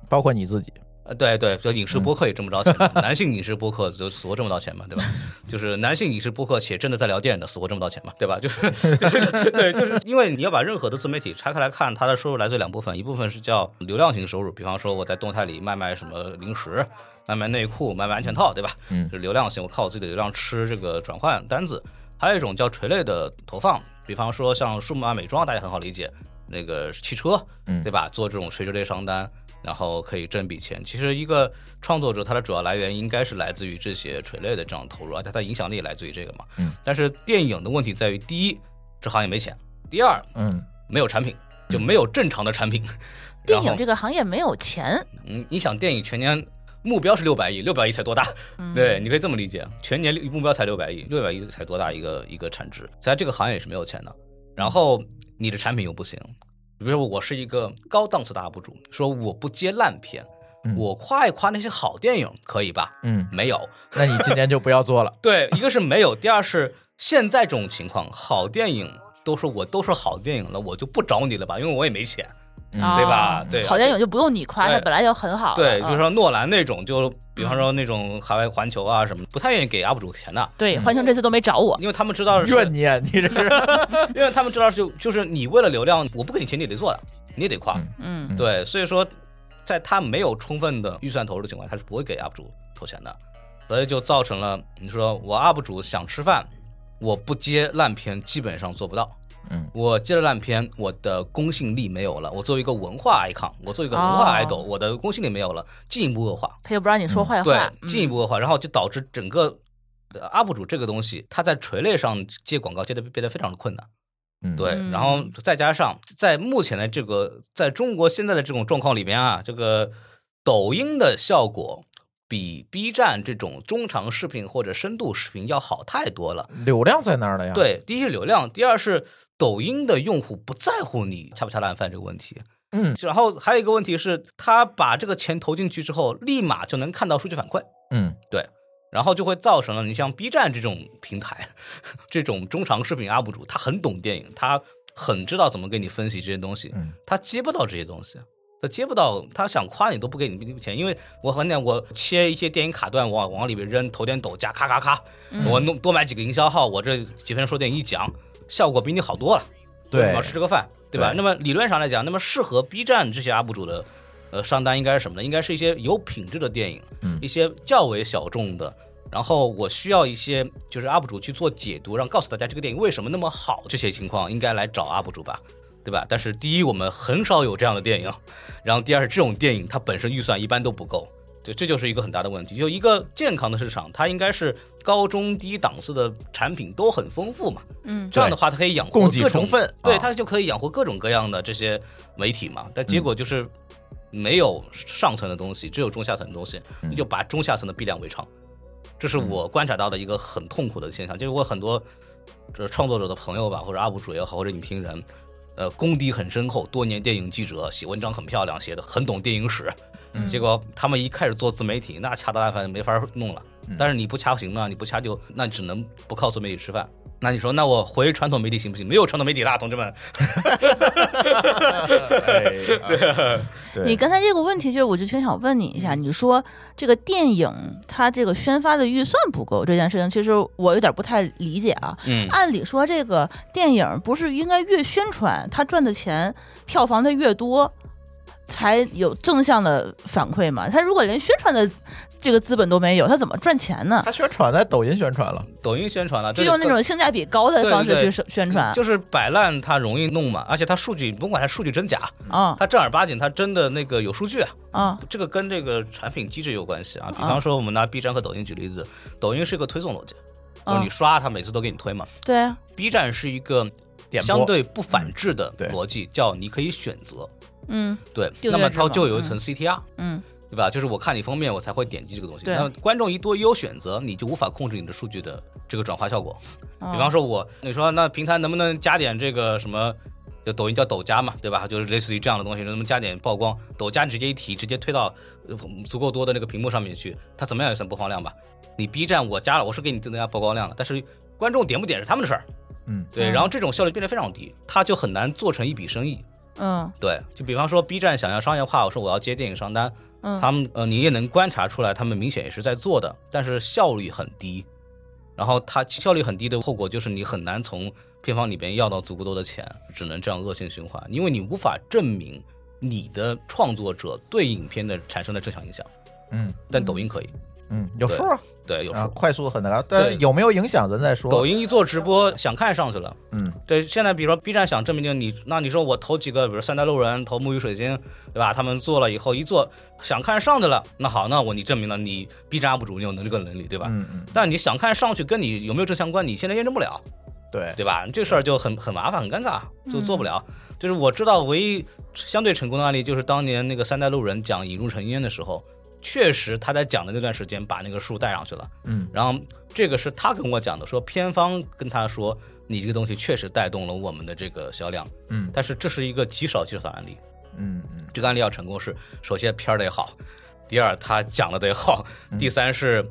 包括你自己，
呃，对对，就影视播客也挣不着钱的，男性影视播客就死活挣不到钱嘛，对吧？就是男性影视播客且真的在聊电影的，死活挣不到钱嘛，对吧？就是 对，就是因为你要把任何的自媒体拆开来看，它的收入来自两部分，一部分是叫流量型收入，比方说我在动态里卖卖什么零食。卖卖内裤，卖卖安全套，对吧？
嗯
就是流量型，我靠我自己的流量吃这个转换单子。还有一种叫垂类的投放，比方说像数码美妆，大家很好理解，那个汽车，
嗯
对吧？做这种垂直类商单，然后可以挣笔钱。其实一个创作者他的主要来源应该是来自于这些垂类的这样投入，而啊且他的影响力来自于这个嘛。
嗯。
但是电影的问题在于，第一，这行业没钱；第二，
嗯，
没有产品，就没有正常的产品。
电
然
影
后
这个行业没有钱，
嗯，你想电影全年目标是六百亿，六百亿才多大？对，你可以这么理解，全年目标才六百亿，六百亿才多大一个一个产值？所以它这个行业也是没有钱的。然后你的产品又不行，比如说我是一个高档次的 UP 主，说我不接烂片，
嗯
我夸一夸那些好电影，可以吧？
嗯，
没有，，
那你今年就不要做了
对，一个是没有，第二是现在这种情况，好电影都说我都说好电影了，我就不找你了吧，因为我也没钱。
嗯
对
啊
吧对
好电影就不用你夸，
对
它本来就很好了。
对，
嗯
就是说诺兰那种，就比方说那种海外环球啊什么，不太愿意给 UP 主钱的，
对，环球这次都没找我，
因为他们知道 是，
怨念，你这是，
因为他们知道是就是你为了流量，我不给你钱你得做的，你也得夸，
嗯
嗯。
对，所以说在他没有充分的预算投入的情况下，他是不会给 UP 主投钱的，所以就造成了你说我 UP 主想吃饭，我不接烂片基本上做不到。
嗯
我接了烂片，我的公信力没有了。我作为一个文化 icon，我作为一个文化
哦
idol，、我的公信力没有了，进一步恶化。
他又不让你说坏
对
话，，嗯
进一步恶化，然后就导致整个呃 UP 主这个东西，他在垂类上接广告接的变得非常的困难。
嗯，
对，
嗯
然后再加上在目前的这个在中国现在的这种状况里面啊，这个抖音的效果比 B 站这种中长视频或者深度视频要好太多了。
流量在那儿了呀，，
对，第一是流量，第二是抖音的用户不在乎你恰不恰烂饭这个问题。
嗯，
然后还有一个问题是，他把这个钱投进去之后，立马就能看到数据反馈。
嗯
对，然后就会造成了你像 B 站这种平台， 这种中长视频 UP 主，他很懂电影，他很知道怎么给你分析这些东西，
嗯
他接不到这些东西。他接不到，他想夸你都不给你钱，因为我很简单，我切一些电影卡段往往里面扔，投点抖加咔咔咔，我弄多买几个营销号，我这几分钟说电影一讲，效果比你好多了。
对
我要吃这个饭，对吧？
对
那么理论上来讲，那么适合 B 站这些 UP 主的呃上单应该是什么呢？应该是一些有品质的电影，
嗯
一些较为小众的。然后我需要一些就是 UP 主去做解读，让告诉大家这个电影为什么那么好，这些情况应该来找 UP 主吧，对吧？但是第一，我们很少有这样的电影，然后第二是这种电影它本身预算一般都不够，对，这就是一个很大的问题。就一个健康的市场，它应该是高中低档次的产品都很丰富嘛，
嗯
这样的话它可以养活
供给
各种
充分
对，
啊
它就可以养活各种各样的这些媒体嘛。但
嗯
结果就是没有上层的东西，只有中下层的东西，
嗯
你就把中下层的逼良为娼，这是我观察到的一个很痛苦的现象。就是我很多这创作者的朋友吧，或者 UP 主也好，或者影评人。呃，功底很深厚，多年电影记者，写文章很漂亮，写的很懂电影史。
嗯
结果他们一开始做自媒体，那掐的烂饭没法弄了。
嗯
但是你不掐不行啊，你不掐就那只能不靠自媒体吃饭。那你说，那我回传统媒体行不行？没有传统媒体啦，同志们。
哎 对，
你刚才这个问题，就是我就挺想问你一
嗯
下，你说这个电影它这个宣发的预算不够这件事情，其实我有点不太理解啊。
嗯
按理说，这个电影不是应该越宣传，它赚的钱票房的越多，才有正向的反馈嘛？它如果连宣传的这个资本都没有，它怎么赚钱呢？
他宣传在抖音宣传了，
抖音宣传了，
就
这
用
个
那种性价比高的
对
方式
对
去宣宣传
就是摆烂，它容易弄嘛。而且它数据，甭管它数据真假，
啊
它正儿八经，它真的那个有数据啊。
啊
这个跟这个产品机制有关系啊。比方说，我们拿 B 站和抖音举例子，抖音是一个推送逻辑，就是你
嗯
刷，它每次都给你推嘛。
对啊
B 站是一个
点播
相对不反制的
对
逻辑，叫你可以选择。
嗯
对，
订阅
那么
制
它
嘛
就有一层 CTR。
嗯
对吧？就是我看你封面，我才会点击这个东西。
对
那观众一多优选择，你就无法控制你的数据的这个转化效果。
哦
比方说我，你说那平台能不能加点这个什么？就抖音叫抖加嘛，对吧？就是类似于这样的东西，能不能加点曝光？抖加你直接一提，直接推到呃足够多的那个屏幕上面去，它怎么样也算播放量吧？你 B 站我加了，我是给你增加曝光量了，但是观众点不点是他们的事儿，
嗯，
对。
嗯
然后这种效率变得非常低，它就很难做成一笔生意。
嗯
对，就比方说 B 站想要商业化，我说我要接电影商单，
嗯，
他们呃，你也能观察出来，他们明显也是在做的，但是效率很低。然后它效率很低的后果就是你很难从片方里边要到足够多的钱，只能这样恶性循环，因为你无法证明你的创作者对影片的产生的正向影响。
嗯
但抖音可以，
嗯，有数啊，
对，有时
啊，
候
快速很难，但
对
有没有影响咱再说。
抖音一做直播，想看上去了。
嗯，
对，现在比如说 B 站想证明你，那你说我投几个，比如三代路人、投木鱼水晶，对吧？他们做了以后一做，想看上去了，那好，那我你证明了你 B 站 UP 主你有能力跟能力，对吧？
嗯嗯，
但你想看上去跟你有没有正相关，你现在验证不了，
对，
对吧？这事儿就很很麻烦，很尴尬，就做不了。就是我知道唯一相对成功的案例，就是当年那个三代路人讲《引入尘烟》的时候，确实他在讲的那段时间把那个数带上去了。
嗯，
然后这个是他跟我讲的，说片方跟他说，你这个东西确实带动了我们的这个销量，
嗯
但是这是一个极少极少的案例。
嗯嗯，
这个案例要成功是，首先片儿得好，第二他讲的得好，第三是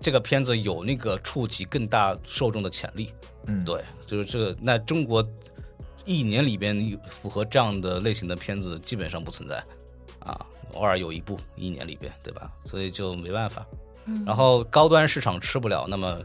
这个片子有那个触及更大受众的潜力。
嗯
对，就是这个。那中国一年里边有符合这样的类型的片子基本上不存在啊，偶尔有一部一年里边，对吧？所以就没办法。然后高端市场吃不了，那么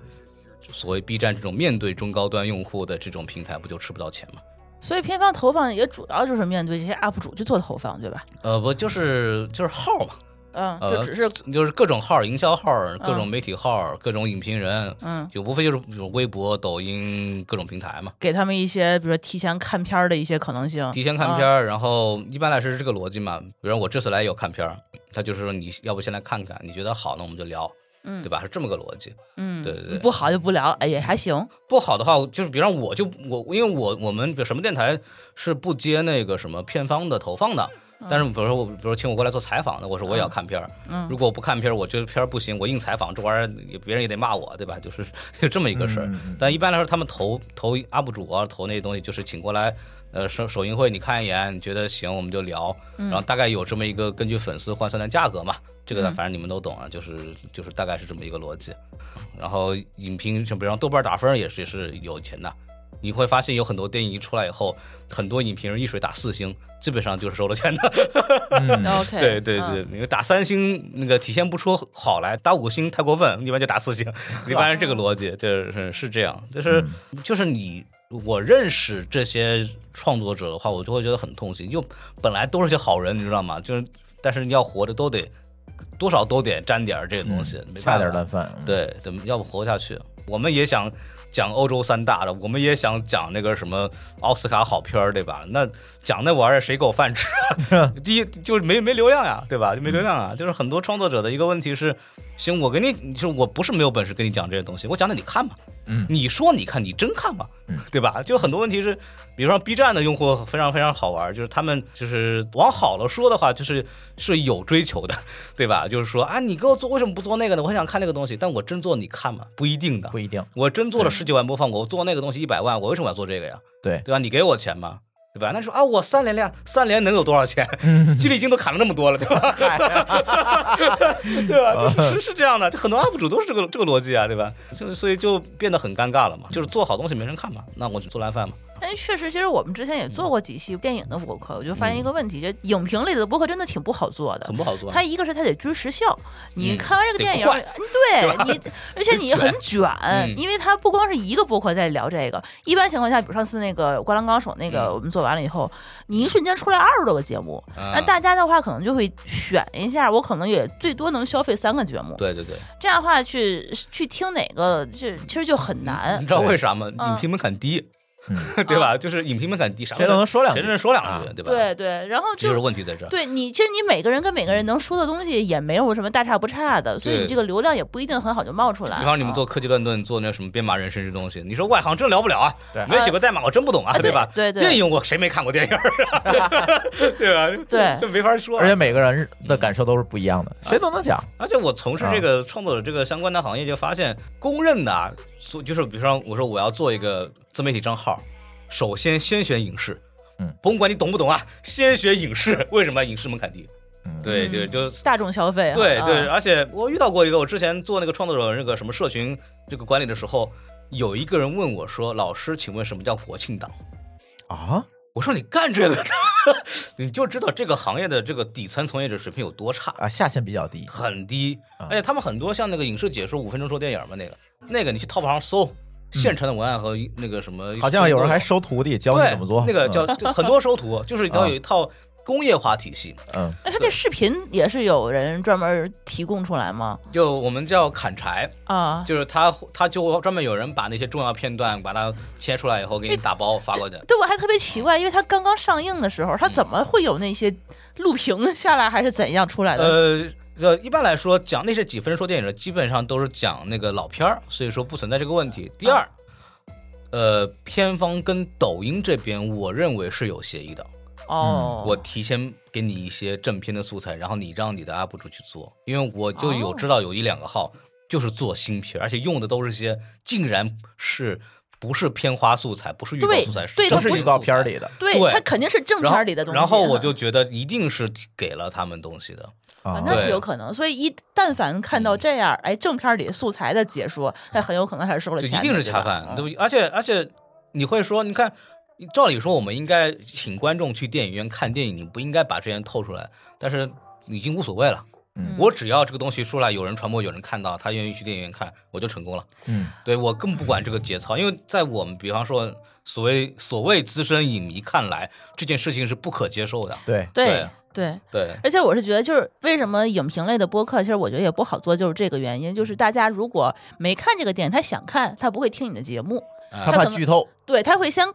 所谓 B 站这种面对中高端用户的这种平台，不就吃不到钱吗？
所以片方投放也主要就是面对这些 UP 主去做投放，对吧？
呃，不就是就是号嘛，
嗯，
呃
就只是
就是各种号，营销号，各种媒体号，各种影评人，
嗯，
就无非就是就是微博、抖音各种平台嘛。
给他们一些，比如说提前看片儿的一些可能性。
提前看
啊
片儿，然后一般来说是这个逻辑嘛。比如我这次来也有看片儿，他就是说你要不先来看看，你觉得好，那我们就聊，
嗯
对吧？是这么个逻辑。
嗯，
对对对
不好就不聊，哎，也还行。
不好的话，就是比方我就我，因为我我们比如什么电台是不接那个什么片方的投放的。但是，比如说我，比如说请我过来做采访的，我说我也要看片儿。如果我不看片儿，我觉得片儿不行，我硬采访，这玩意儿也别人也得骂我，对吧？就是 就这么一个事儿。但一般来说，他们投投 UP 主啊，投那些东西，就是请过来，呃，首首映会你看一眼，你觉得行，我们就聊。然后大概有这么一个根据粉丝换算的价格嘛，这个反正你们都懂啊，就是就是大概是这么一个逻辑。然后影评，像比如说豆瓣打分也是也是有钱的。你会发现有很多电影一出来以后，很多影评人一水打四星，基本上就是收了钱的。
OK，
对对
嗯
对，你打三星那个体现不出好来，打五星太过分，一般就打四星，一般是这个逻辑，就是是这样，就是就是你我认识这些创作者的话，我就会觉得很痛心，就本来都是些好人，你知道吗？就是但是你要活着都得多少都得沾点儿这个东西，没
嗯差
办
点
法
烂饭，嗯，
对对，要不活不下去。我们也想讲欧洲三大的，我们也想讲那个什么奥斯卡好片儿，对吧？那讲那玩意儿谁够饭吃啊？第一就是没没流量呀，对吧？就没流量啊，就是很多创作者的一个问题是，行，我跟你就是我不是没有本事跟你讲这些东西，我讲的你看嘛，
嗯
你说你看，你真看嘛， 对吧？就很多问题是，比如说 B 站的用户非常非常好玩，就是他们就是往好了说的话，就是是有追求的， 对吧？就是说啊，你给我做为什么不做那个呢？我很想看那个东西，但我真做你看吗？不一定的
不。一定，
我真做了十几万播放，我做那个东西一百万，我为什么要做这个呀？
对，
对吧？你给我钱吗？对吧？那你说啊，我三连量，三连能有多少 钱？激励金都砍了那么多了，对吧？ 对吧？就是是是这样的，就很多 UP 主都是这个这个逻辑啊，对吧？就所以就变得很尴尬了嘛，就是做好东西没人看嘛，那我就做烂饭嘛。
但确实，其实我们之前也做过几期电影的播客，我就发现一个问题，就影评类的播客真的挺不好做的
嗯很。不好做。啊
它一个是它得追时效，你
嗯
看完这个
得
电影，
快
对你， 而且你很卷，
嗯
因为它不光是一个播客在聊这个，一般情况下，比如上次那个《灌篮高手》那个，
嗯
我们做完了以后，你一瞬间出来二十多个节目，
啊
那大家的话可能就会选一下，我可能也最多能消费三个节目，
对对对，
这样的话去去听哪个，这其实就很 难
你。知道为啥吗？
嗯
影评门槛低， 对吧？就是影评门槛低，啥
嗯谁都能说两句
谁
啊
都能说两句，对吧？
对，对，然后
这就
就是
问题在这儿。
对你，其实你每个人跟每个人能说的东西也没有什么大差不差的，所以
嗯对
你这个流量也不一定很好就冒出来。
比方你们
啊
做科技乱炖，做那什么编码人生这东西，你说外行真聊不了啊
对，
没写过代码我真不懂啊，
啊对
吧？
对对
电影我谁没看过电影儿 啊？对吧？
对
这没法说啊。
而且每个人的感受都是不一样的，谁都能讲。
而且我从事这个创作者这个相关的行业，就发现公认的啊，所就是比如说我说我要做一个自媒体账号，首先先选影视，
嗯，
甭管你懂不懂啊，先学影视。为什么影视门槛低？
嗯
对
嗯
对，就
大众消费啊，
对对，
啊
而且我遇到过一个，我之前做那个创作者那个什么社群这个管理的时候，有一个人问我说：“老师，请问什么叫国庆档
啊，？”
我说：“你干这个的， 你就知道这个行业的这个底层从业者水平有多差。”
啊，下限比较低，
很低，
啊
而且他们很多像那个影视解说五分钟说电影嘛，那个那个你去淘宝上搜现成的文案和一那个什么，
好像有人还收徒弟教你
对
怎么做。
那个
嗯
叫就很多收徒，就是它有一套工业化体系，
嗯
哎，他这视频也是有人专门提供出来吗？
就我们叫砍柴，
啊，
就是他他就专门有人把那些重要片段把它切出来以后给你打包发过去。
对我还特别奇怪，因为他刚刚上映的时候，
嗯
他怎么会有那些录屏 下来还是怎样出来的？哦
呃，呃，一般来说讲那些几分钟说电影的，基本上都是讲那个老片儿，所以说不存在这个问题。第二，呃，片方跟抖音这边，我认为是有协议的。
哦，
嗯我提前给你一些正片的素材，然后你让你的 UP 主去做，因为我就有
哦
知道有一两个号就是做新片，而且用的都是些竟然是不是片花素材，不是预告
对
素材，是
对
正
不
它
式
是预告片儿里的
对
对
他肯定是正
素材。然后
片里的东西。
然后我就觉得一定是给了他们东西的，
啊
啊，
那是
对嗯
有可能。所以一但凡看到这样，哎，正片里素材的解说，那很有可能还是收了
就
钱
一
的，
定是
对
恰
吧
饭，对
嗯
不对？而且而且你会说，你看，照理说我们应该请观众去电影院看电影，你不应该把这些透出来，但是已经无所谓了。
嗯
我只要这个东西出来，有人传播，有人看到，他愿意去电影院看，我就成功了。
嗯，
对我更不管这个节操，因为在我们比方说所谓所谓资深影迷看来，这件事情是不可接受的。
对，
对
对
对。
对，
而且我是觉得，就是为什么影评类的播客，其实我觉得也不好做，就是这个原因，就是大家如果没看这个电影，他想看，他不会听你的节目，
他
他
怕
可能
剧透，
对他会先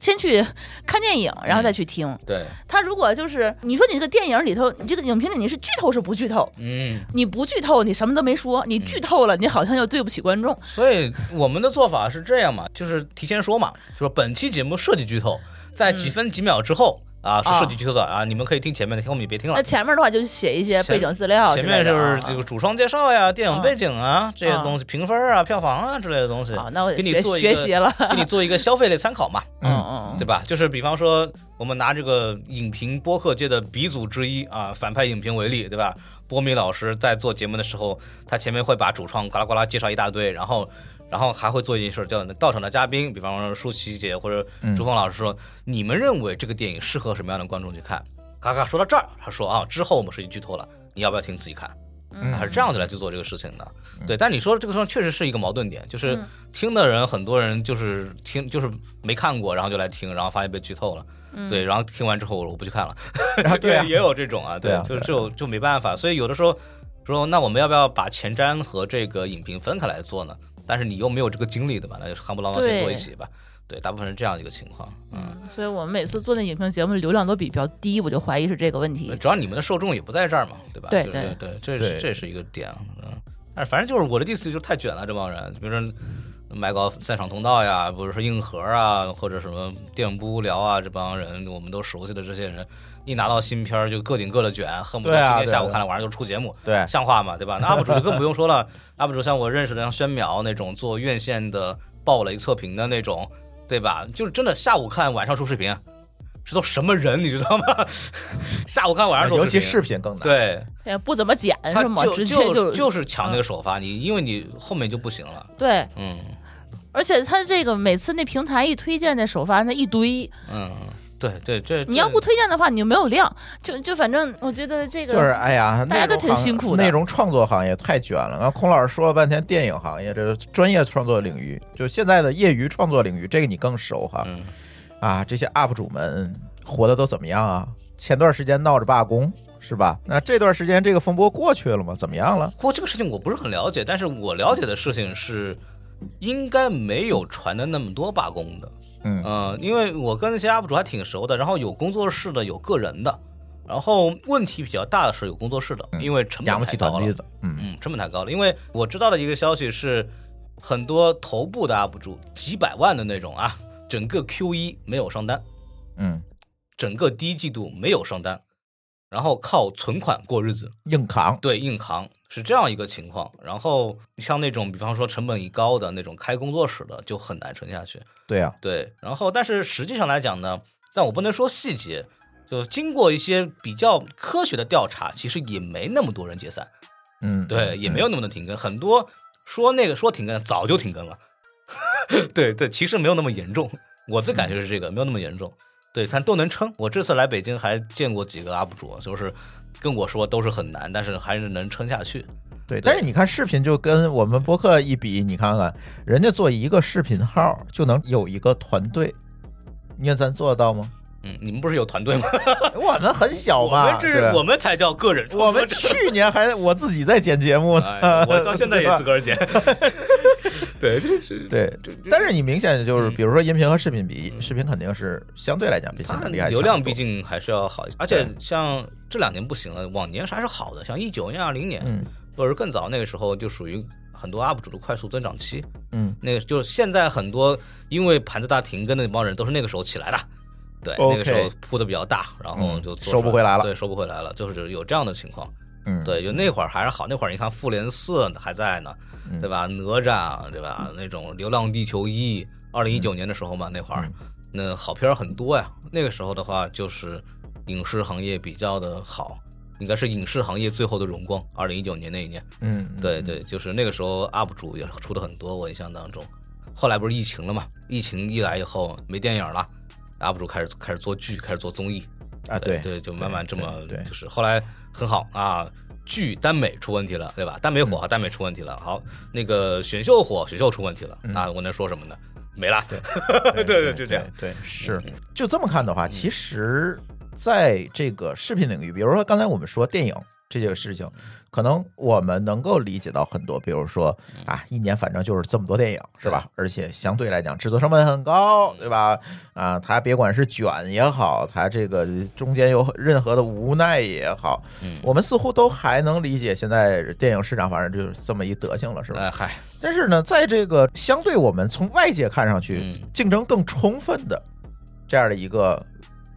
先去看电影，然后再去听。
对，
他如果就是你说你这个电影里头，你这个影评里你是剧透是不剧透？
嗯，
你不剧透，你什么都没说；你剧透了，你好像又对不起观众。
所以我们的做法是这样 嘛，就是提前说嘛，就说本期节目设计剧透，在
嗯
几分几秒之后、啊是设计剧透的啊，你们可以听前面的，听后面也别听
那
了。
前面的话就写一些
前
背景资料之
前
类
面
的
就
啊，
是这个主创介绍呀、电影背景啊这些
啊
东西、评分啊、票房啊之类的东西。
好，那我
给
也
你
学
做一个
学习了。
给你做一个消费类参考嘛，
嗯嗯
对吧？就是比方说，我们拿这个影评播客界的鼻祖之一啊，反派影评为例，对吧？波米老师在做节目的时候，他前面会把主创呱啦呱啦介绍一大堆，然后，然后还会做一件事，叫到场的嘉宾，比方说舒淇姐或者朱峰老师说，你们认为这个电影适合什么样的观众去看？嘎嘎，说到这儿，他说啊，之后我们是一剧透了，你要不要听自己看？
嗯
还是这样子来去做这个事情的。对，但你说这个上确实是一个矛盾点，就是听的人很多人就是听就是没看过，然后就来听，然后发现被剧透了。对，然后听完之后我我不去看了，
啊对啊
也有这种啊，
对啊
就就就没办法，所以有的时候说那我们要不要把前瞻和这个影评分开来做呢？但是你又没有这个精力，对吧？那就夯不啷当先做一起吧。对，大部分是这样一个情况。嗯，
所以我们每次做那影评节目，流量都比较低，我就怀疑是这个问题。
主要你们的受众也不在这儿嘛，对吧？
对
就是
对
对，这是
对
这是一个点，嗯。但是反正就是我的意思就是太卷了，这帮人，比如说麦高赛场通道呀，比如说硬核啊，或者什么电不无聊啊，这帮人我们都熟悉的这些人，一拿到新片儿就各顶各的卷，恨不得
对啊
今天
对啊
下午
对啊
看了，晚上就出节目，
对
像话嘛，对吧？那 UP 主就更不用说了，UP 主像我认识的像宣淼那种做院线的爆雷测评的那种，对吧？就是真的下午看，晚上出视频，这都什么人你知道吗？ 下午看，晚上出
啊尤其
嗯视
视频更
频，
难。
对
也哎不怎么剪
他
是吗？
就
直接
就
就啊
就是抢那个首发，你因为你后面就不行了，
对，
嗯
而且他这个每次那平台一推荐那首发那一堆，
嗯，对对，这
你要
这
不推荐的话，你就没有量。就就反正我觉得这个
就是哎呀，
大家
那
都
种
挺
行
辛苦的
内容创作行业太卷了。然后孔老师说了半天，电影行业这是专业创作领域，就现在的业余创作领域，这个你更熟哈。
嗯
啊，这些 UP 主们活得都怎么样啊？前段时间闹着罢工是吧？那这段时间这个风波过去了吗？怎么样了？
不过这个事情我不是很了解，但是我了解的事情是，应该没有传的那么多罢工的。
嗯
呃，因为我跟那些 UP 主还挺熟的，然后有工作室的，有个人的，然后问题比较大的是有工作室的，因为成
嗯养
本
不
太
起
高
团
了
队，的，嗯
嗯，成本太高了。因为我知道的一个消息是，很多头部的 UP 主几百万的那种啊，整个 Q 一没有上单，
嗯，
整个第一季度没有上单，然后靠存款过日子，
硬扛，
对，硬扛是这样一个情况。然后像那种比方说成本一高的那种开工作室的，就很难撑下去。
对啊，
对，然后但是实际上来讲呢，但我不能说细节，就经过一些比较科学的调查，其实也没那么多人解散，
嗯，
对，也没有那么多停更，很多说那个说停更早就停更了， 对对，其实没有那么严重，我的
嗯
感觉是这个没有那么严重，对，但都能撑。我这次来北京还见过几个 UP 主，就是跟我说都是很难，但是还是能撑下去，
嗯对，但是你看视频就跟我们播客一比，你看看人家做一个视频号就能有一个团队，你看咱做得 到吗？
嗯，你们不是有团队 吗？
我们很小
我
嘛，
们这
啊对
是我们才叫个人创
我
作
们
者。
去年还我自己在剪节目呢，
哎，我到现 在也自个儿剪。 对，这嗯是
对，但是你明显就是，比如说音频和视频比，视频肯定是相对来讲比视
它
频厉害，
流量毕，竟还是要好一些，而且像这两年不行了，往年还是好的，像一九年、二零年，
嗯
或者更早那个时候，就属于很多 UP 主的快速增长期。
嗯，
那个就是现在很多因为盘子大停更的那帮人都是那个时候起来的，对
OK
那
嗯
个时候铺的比较大，然后就做出
收不回来了
对，收不回来了，就是有这样的情况。
嗯，
对，就那会儿还是好，那会儿你看《复联四》还在呢，
嗯
对吧？哪吒，对吧？那种《流浪地球一》，二零一
嗯
九年的时候嘛，那会儿那好片儿很多呀。那个时候的话，就是影视行业比较的好，应该是影视行业最后的荣光。二零一九年那一年，
嗯，嗯，
对对，就是那个时候 UP 主也出的很多，我印象当中。后来不是疫情了嘛？疫情一来以后没电影了，UP 主开始开始做剧，开始做综艺，
啊对
对，就慢慢这么
对对
就是后来很好啊。剧耽美出问题了，对吧？耽美火
嗯
啊，耽美出问题了。好，那个选秀火，选秀出问题了，那我能说什么呢？没了。 对对，就这样。
嗯对，对是，就这么看的话，其实在这个视频领域，比如说刚才我们说电影。这件事情，可能我们能够理解到很多，比如说
嗯
啊，一年反正就是这么多电影，是吧？而且相对来讲，制作成本很高，
嗯
对吧？啊，它别管是卷也好，它这个中间有任何的无奈也好，
嗯
我们似乎都还能理解现在电影市场反正就是这么一德行了，是吧？
哎嗨，
但是呢，在这个相对我们从外界看上去
嗯
竞争更充分的这样的一个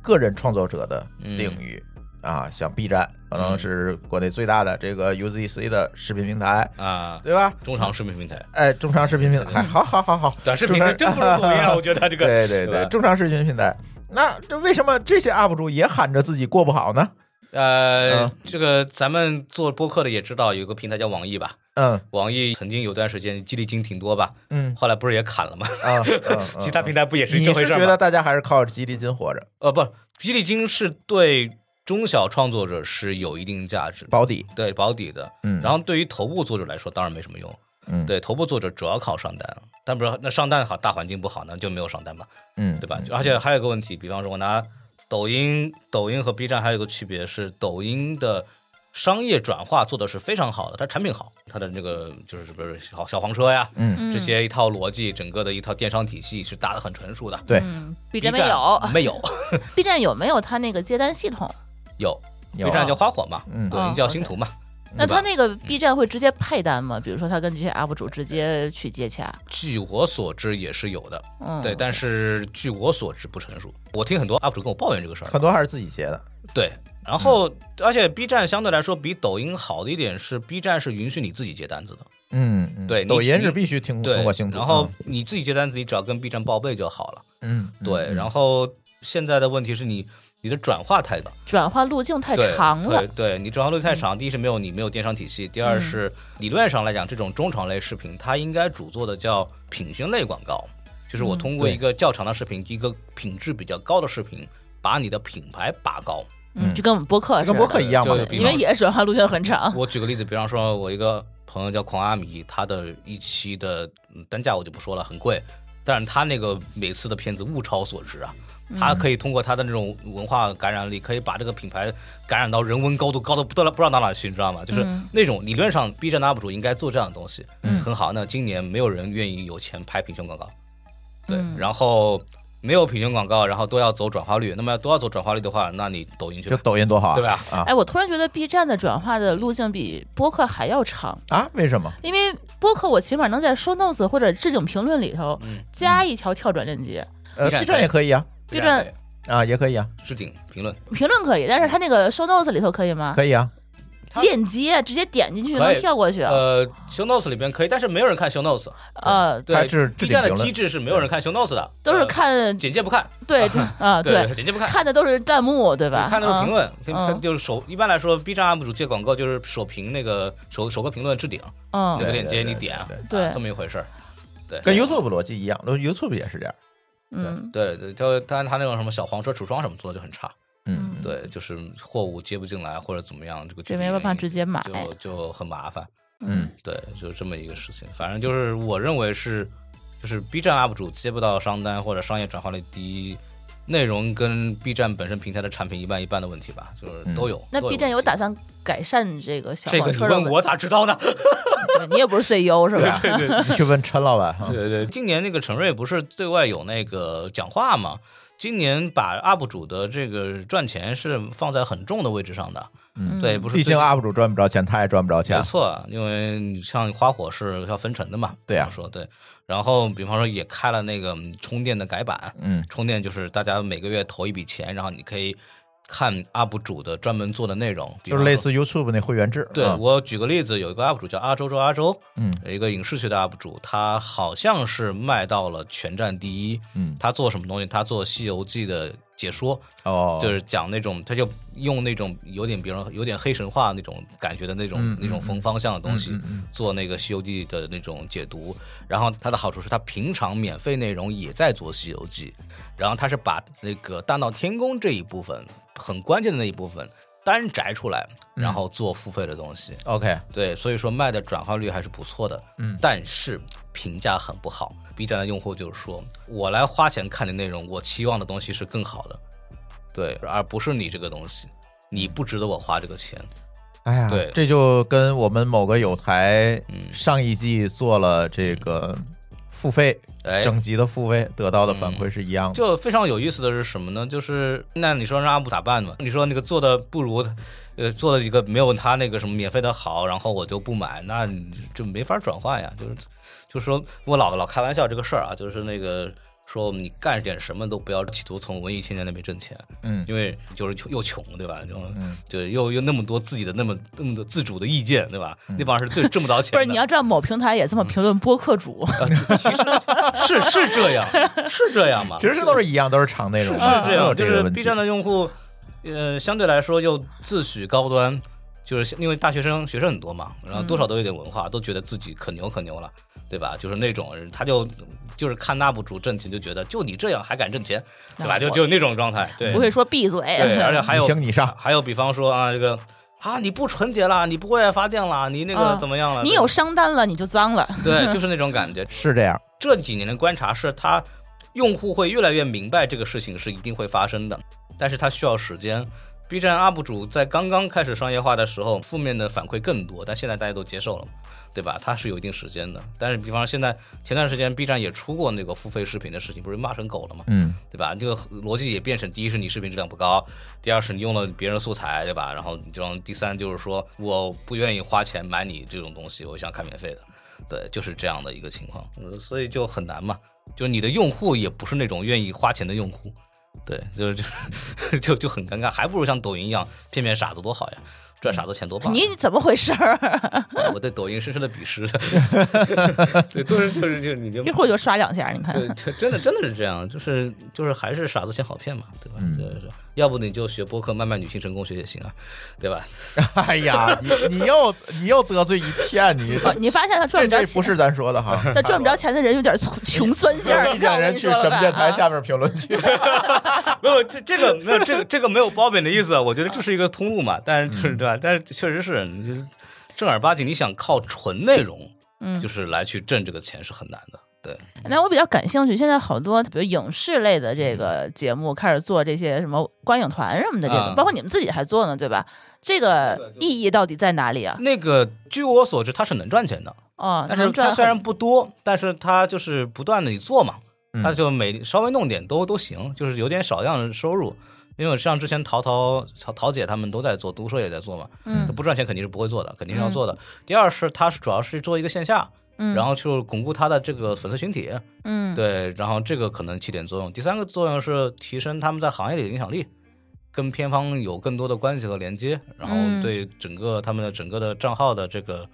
个人创作者的
嗯
领域、啊，像 B 站可能是国内最大的这个 UZC 的视频平台，
啊，
对吧？
中长视频平台，
哎，中长视频平台，好好好好，
短视频
中
平
长
台真不容易 啊！我觉得这个
对对
吧
对，中长视频平台。那这为什么这些 UP 主也喊着自己过不好呢？
呃
嗯，
这个咱们做播客的也知道，有个平台叫网易吧。
嗯
网易曾经有段时间激励金挺多吧，
嗯
后来不是也砍了吗？
啊，嗯
其他平台不也
嗯
是
你
这回事
是觉得
吗？
大家还是靠激励金活着
呃，不，激励金是对中小创作者是有一定价值的，
保底？
对保底的。
嗯
然后对于头部作者来说，当然没什么用。
嗯
对，头部作者主要靠上单，但不是那上单好，大环境不好，那就没有上单嘛，
嗯，
对吧？就而且还有一个问题，比方说我拿抖音，抖音和 B 站还有一个区别是，抖音的商业转化做的是非常好的，它产品好，它的那个就是比如小小黄车呀，
嗯
这些一套逻辑，整个的一套电商体系是打得很成熟的。
对，
嗯，B
B
站没有
没有，
，B 站有没有它那个接单系统？
有
有
B 站叫花火嘛，
嗯
抖音叫星图嘛，
哦那
嗯对吧
它那个 B 站会直接派单吗？比如说，他跟这些 UP 主直接去接洽？
据我所知也是有的，
嗯，
对，但是据我所知不成熟。我听很多 UP 主跟我抱怨这个事儿，
很多还是自己接的。
对。然后，
嗯
而且 B 站相对来说比抖音好的一点是，B 站是允许你自己接单子的，
嗯，嗯
对你
抖音
你
是必须听
对
嗯通过星。图，
然后你自己接单子，你只要跟 B 站报备就好了，
嗯，嗯
对。
嗯
然后现在的问题是你你的转化太短，
转化路径太
对
长了嗯
对，，对你转化路太长，第一是没有你没有电商体系，第二是理论上来讲，这种中长类视频它应该主做的叫品宣类广告，就是我通过
嗯对
一个较长的视频，一个品质比较高的视频，把你的品牌拔高。
嗯，就跟我们播客
这
似
跟播客
的，
一样嘛
对，
因为也转化路径很长。
我举个例子，比方说，我一个朋友叫狂阿米，他的一期的嗯单价我就不说了，很贵，但是他那个每次的片子物超所值啊，他可以通过他的那种文化感染力，可以把这个品牌感染到人文高度高的不得了，不知道到哪去，你知道吗？就是那种理论上 B 站的 UP 主应该做这样的东西，很好。那今年没有人愿意有钱拍平胸广告，对，然后没有品权广告，然后都要走转化率，那么要都要走转化率的话，那你抖音去
就
吧，
抖音多好啊，
对吧
啊
哎，我突然觉得 B 站的转化的路径比播客还要长，
啊，为什么？
因为播客我起码能在 show notes 或者置顶评论里头加一条跳转链接。
呃
B 站
，B 站也可以啊，
B
这样
站
啊也可以啊，
置顶评论，
评论可以，但是它那个 show notes 里头可以吗？
可以啊，
它
链接直接点进去
可以
能跳过去。
呃，show notes 里边可以，但是没有人看 show notes，
呃，
它
对
是置
，B
顶
站的
评论
机制是没有人看 show notes 的，
都是
呃
看
简介不看，
对啊，对，
简介不看。
看的都是弹幕，对吧？
你看那个评论，
嗯
看看就是首一般来说，B 站 UP 主接广告就是首评那个首首个评论置顶那
嗯，嗯
个
对
链接，
对
你
对
点啊
对对，
对
啊这么一回事儿。对，
跟 YouTube 逻辑一样，YouTube 也是这样，
嗯，
对对，它但是它那种什么小黄车橱窗什么做的就很差，
嗯，
对，就是货物接不进来或者怎么样，这个具
这
体
没办法
原因
直接买。
就就很麻烦。
嗯，
对，就这么一个事情。反正就是我认为是，就是 B 站 UP 主接不到商单或者商业转化率低，内容跟 B 站本身平台的产品一半一半的问题吧，就是
嗯
都有。
那
都
B 站有
问题
打算改善这个小
这
黄
个你
车的
问
问题？
我咋知道呢？
对你也不是 CEO 是
对
吧
啊？，你去问陈老板啊，
对对，今年那个陈瑞不是对外有那个讲话嘛？今年把 UP 主的这个赚钱是放在很重的位置上的，
嗯
对，不是
毕
最
竟 UP 主赚不着钱，他也赚不着钱
没，错，啊因为你像花火是要分成的嘛，
对啊
比方说对，然后比方说也开了那个嗯充电的改版，
嗯，
充电就是大家每个月投一笔钱，然后你可以看 UP 主的专门做的内容，比
就
方说
是类。似 YouTube 那会员制，
对
嗯
我举个例子，有一个 UP 主叫阿周周阿周，
嗯，
有一个影视学的 UP 主，他好像是卖到了全站第一。
嗯
他做什么东西？他做《西游记》的解说，
哦，
就是讲那种，他就用那种有点，比如说有点黑神话那种感觉的那种、
嗯嗯
那种风方向的东西，
嗯嗯
做那个《西游记》的那种解读。然后它的好处是，它平常免费内容也在做《西游记》，然后它是把那个大闹天宫这一部分很关键的那一部分单摘出来，
嗯
然后做付费的东西。
OK，
对，所以说卖的转化率还是不错的，
嗯
但是评价很不好。B 站的用户就是说，我来花钱看你内容，我期望的东西是更好的，对，而不是你这个东西，你不值得我花这个钱。
哎呀，
对
这就跟我们某个有台
嗯
上一季做了这个付费
哎，
整集的付费得到的反馈是一样的，
就非常有意思的是什么呢？就是那你说让阿布咋办呢？你说那个做的不如，呃，做的一个没有他那个什么免费的好，然后我就不买，那你就没法转换呀。就是，就是说我老老开玩笑这个事儿啊，就是那个说你干点什么都不要企图从文艺青年那边挣钱，
嗯
因为就是穷又穷，对吧？就
嗯
对，又又那么多自己的那么那么多自主的意见，对吧？
嗯
那帮人是最挣不着钱的。
不是，你要知道某平台也这么评论播客主，
其实 是是这样，是这样嘛？
其实都是一样，都是长内容，
嗯是这样，
都有
就
啊哦这个
是
问题
B 站的用户，呃，相对来说又自诩高端，就是因为大学生学生很多嘛，然后多
嗯
少都有点文化，都觉得自己可牛可牛了，对吧？就是那种人，他就就是看 UP 主挣钱，就觉得就你这样还敢挣钱，对吧？
那
就
啊我
就那种状态，对
不会说闭嘴。
嗯 对，而且还有
你行你上
还有比方说啊，这个啊，你不纯洁啦，你不为爱发电啦，你那个
嗯
怎么样了？
你有商单了，你就脏了。
对，就是那种感觉。
是这样，
这几年的观察是，它用户会越来越明白这个事情是一定会发生的，但是它需要时间。B 站 UP 啊主在刚刚开始商业化的时候，负面的反馈更多，但现在大家都接受了嘛，对吧？它是有一定时间的。但是，比方说现在前段时间 B 站也出过那个付费视频的事情，不是骂成狗了吗？
嗯
对吧？这个逻辑也变成：第一是你视频质量不高，第二是你用了别人的素材，对吧？然后你这种第三就是说我不愿意花钱买你这种东西，我想看免费的，对，就是这样的一个情况，嗯所以就很难嘛。就是你的用户也不是那种愿意花钱的用户，对，就是就就就很尴尬，还不如像抖音一样骗骗傻子多好呀，赚傻子钱多棒。啊
嗯你怎么回事儿？
我对抖音深深的鄙视， 对，都是就是就是你就
一会儿就刷两下，你看。
对，这真的真的是这样，就是就是还是傻子钱好骗嘛，对吧？
嗯
就是要不你就学播客卖卖女性成功学也行啊，对吧？
哎呀，你你 又你又得罪一片，你
哦你发现他赚
这
不着
这
钱，
不是咱说的 哈。
他赚不着钱的人有点穷穷酸相儿。
意见人去什么电台
下？
下面评论区？
没有这这个没有这个这个没有褒贬的意思啊，我觉得这是一个通路嘛，但是就是对吧？但是确实是你就是正儿八经，你想靠纯内容，
嗯
就是来去挣这个钱是很难的，对，
那我比较感兴趣，现在好多比如影视类的
嗯
这个节目开始做这些什么观影团什么的，这个、
啊
包括你们自己还做呢，对吧？这个意义到底在哪里啊？
那个据我所知，它是能赚钱的，
哦，
嗯但
能
是
赚
它虽然
很
不多，但是它就是不断的你做嘛，
嗯
他就每稍微弄点都都行，就是有点少量收入。因为像之前陶陶陶陶姐他们都在做，毒蛇也在做嘛，
嗯
不赚钱肯定是不会做的，肯定是要做的。第二是他是主要是做一个线下，
嗯，
然
后
后就巩固他的这个粉丝群体，
嗯，
对，然后这个可能起点作用。第三个作用是提升他们在行业里的影响力，跟片方有更多的关系和连接，然
嗯
后对整个他们的整个的账号的这个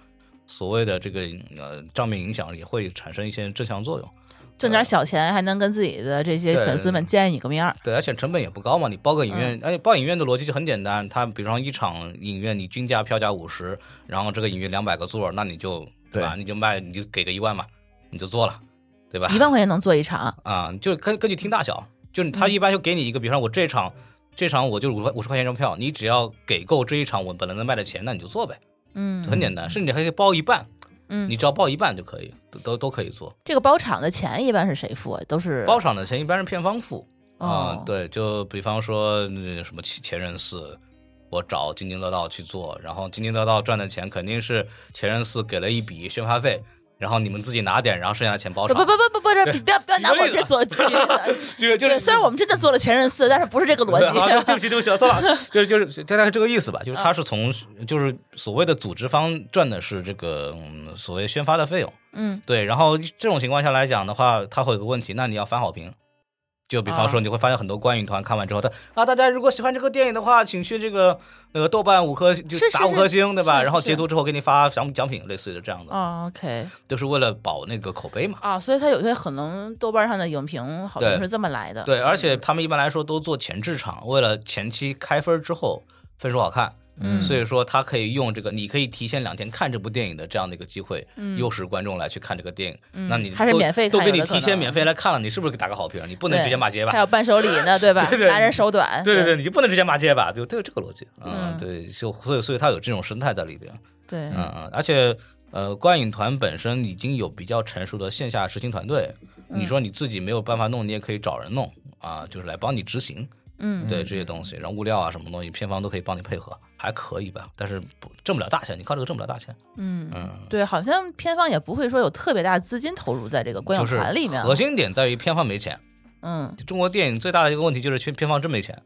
所谓的这个呃账面影响也会产生一些正向作用。
挣点小钱还能跟自己的这些
对
粉丝们见一个面儿，
对，而且成本也不高嘛，你包个影
嗯
院，而且包影院的逻辑就很简单，它比如说一场影院你均价票价五十，然后这个影院两百个座儿，那你就
对
吧？你就卖你就给个一万嘛，你就做了，对吧？
一万块钱能做一场，
啊，就根根据厅大小，就是
嗯
他一般就给你一个，比方说我这场这场我就是五五十块钱一张票，你只要给够这一场我本来能卖的钱，那你就做呗，
嗯
很简单，甚至你还可以包一半，
嗯
你只要包一半就可以，都都都可以做。
这个包场的钱一般是谁付啊？都是
包场的钱一般是片方付啊
哦，，，
对，就比方说呃什么前前任四。我找津津乐道去做，然后津津乐道赚的钱肯定是前任四给了一笔宣发费，然后你们自己拿点，然后剩下的钱包
不
场。
不不不不是，不要不要拿我这 做举例子。
这个就是
对，虽然我们真的做了前任四，但是不是这个逻
啊对对
辑。
不起，对不起，我错了，就是就是大概是这个意思吧，就是
啊
他是从就是所谓的组织方赚的是这个、嗯所谓宣发的费用，
嗯
对，然后这种情况下来讲的话，他会有个问题，那你要翻好评。就比方说，
啊
你会发现很多观影团看完之后，他啊，大家如果喜欢这个电影的话，请去这个那个豆瓣五颗就是打
是
五颗星，对吧？
是
然后
是
截图之后给你发奖奖品，类似于这样的，
哦，OK，
就是为了保那个口碑嘛。
啊，所以他有些可能豆瓣上的影评好
对
评是这么来的。
对，而且他们一般来说都做前置场，为了前期开分之后分数好看，
嗯
所以说他可以用这个，你可以提前两天看这部电影的这样的一个机会，
嗯
诱使观众来去看这个电影。那你
还是
都
免费
都
看
给
有
你
的可
提前
能
免费来看了，你是不是给打个好评？你不
不
能直接骂街吧
还？有伴手礼呢，对吧？
对对
拿人手短。
对对
对
对，你就不能直接骂街吧？就都有这个逻辑，嗯，
嗯
对，就所以所以它有这种生态在里边，
对
嗯，嗯而且呃，观影团本身已经有比较成熟的线下执行团队，
嗯
你说你自己没有办法弄，你也可以找人弄啊，就是来帮你执行，
嗯，
对这些东西，然后物料啊什么东西，片方都可以帮你配合，还可以吧，但是不挣不了大钱，你靠这个挣不了大钱，
嗯
嗯。
对，好像片方也不会说有特别大的资金投入在这个观
就
影
是
团里面。
核心点在于片方没钱。
嗯，
中国电影最大的一个问题就是片片方真没钱。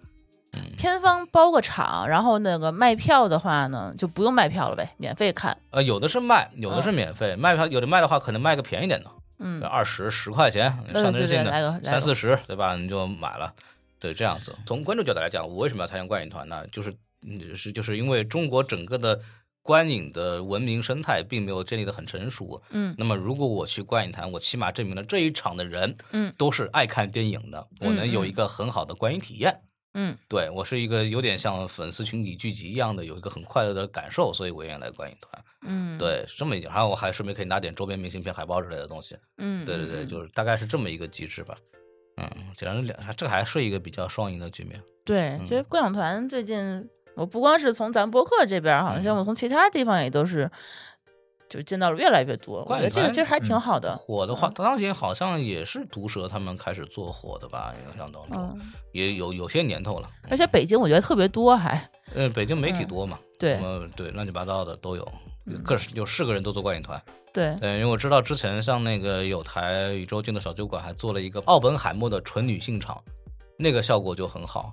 嗯
片方包个场，然后那个卖票的话呢，就不用卖票了呗，免费看。
呃，有的是卖，有的是免费，卖票有的卖的话，可能卖个便宜点的，
嗯，
二十十块钱，
对
象征性
对对来个来
的
个
三四十，对吧？你就买了，对，这样子。从观众角度来讲，我为什么要参加观影团呢？就是嗯是就是因为中国整个的观影的文明生态并没有建立的很成熟。
嗯
那么如果我去观影团，我起码证明了这一场的人，
嗯，
都是爱看电影的，我能有一个很好的观影体验。
嗯
对我是一个有点像粉丝群体聚集一样的，有一个很快乐的感受，所以我愿意来观影团。
嗯，
对，是这么一点，然后我还顺便可以拿点周边明信片、海报之类的东西。
嗯，嗯，
对对对，
嗯
就是大概是这么一个机制吧。嗯，简直两，这还是一个比较双赢的局面。
对
嗯。
其实观影团最近，我不光是从咱播客这边儿，好
嗯
像我从其他地方也都是，就见到了越来越多。我
观
觉
影
得这个
团
其实还挺
嗯
好的。
火的话，当年好像也是毒蛇他们开始做火的吧，印象当中
嗯，
也有有些年头了。
而且北京我觉得特别多，还
呃，北京媒体
嗯
多嘛，
对嗯
什么对乱七八糟的都有，各有是个人都做观影团。
对，
对，因为我知道之前像那个有台宇宙镜的小酒馆还做了一个奥本海默的纯女性场，那个效果就很好。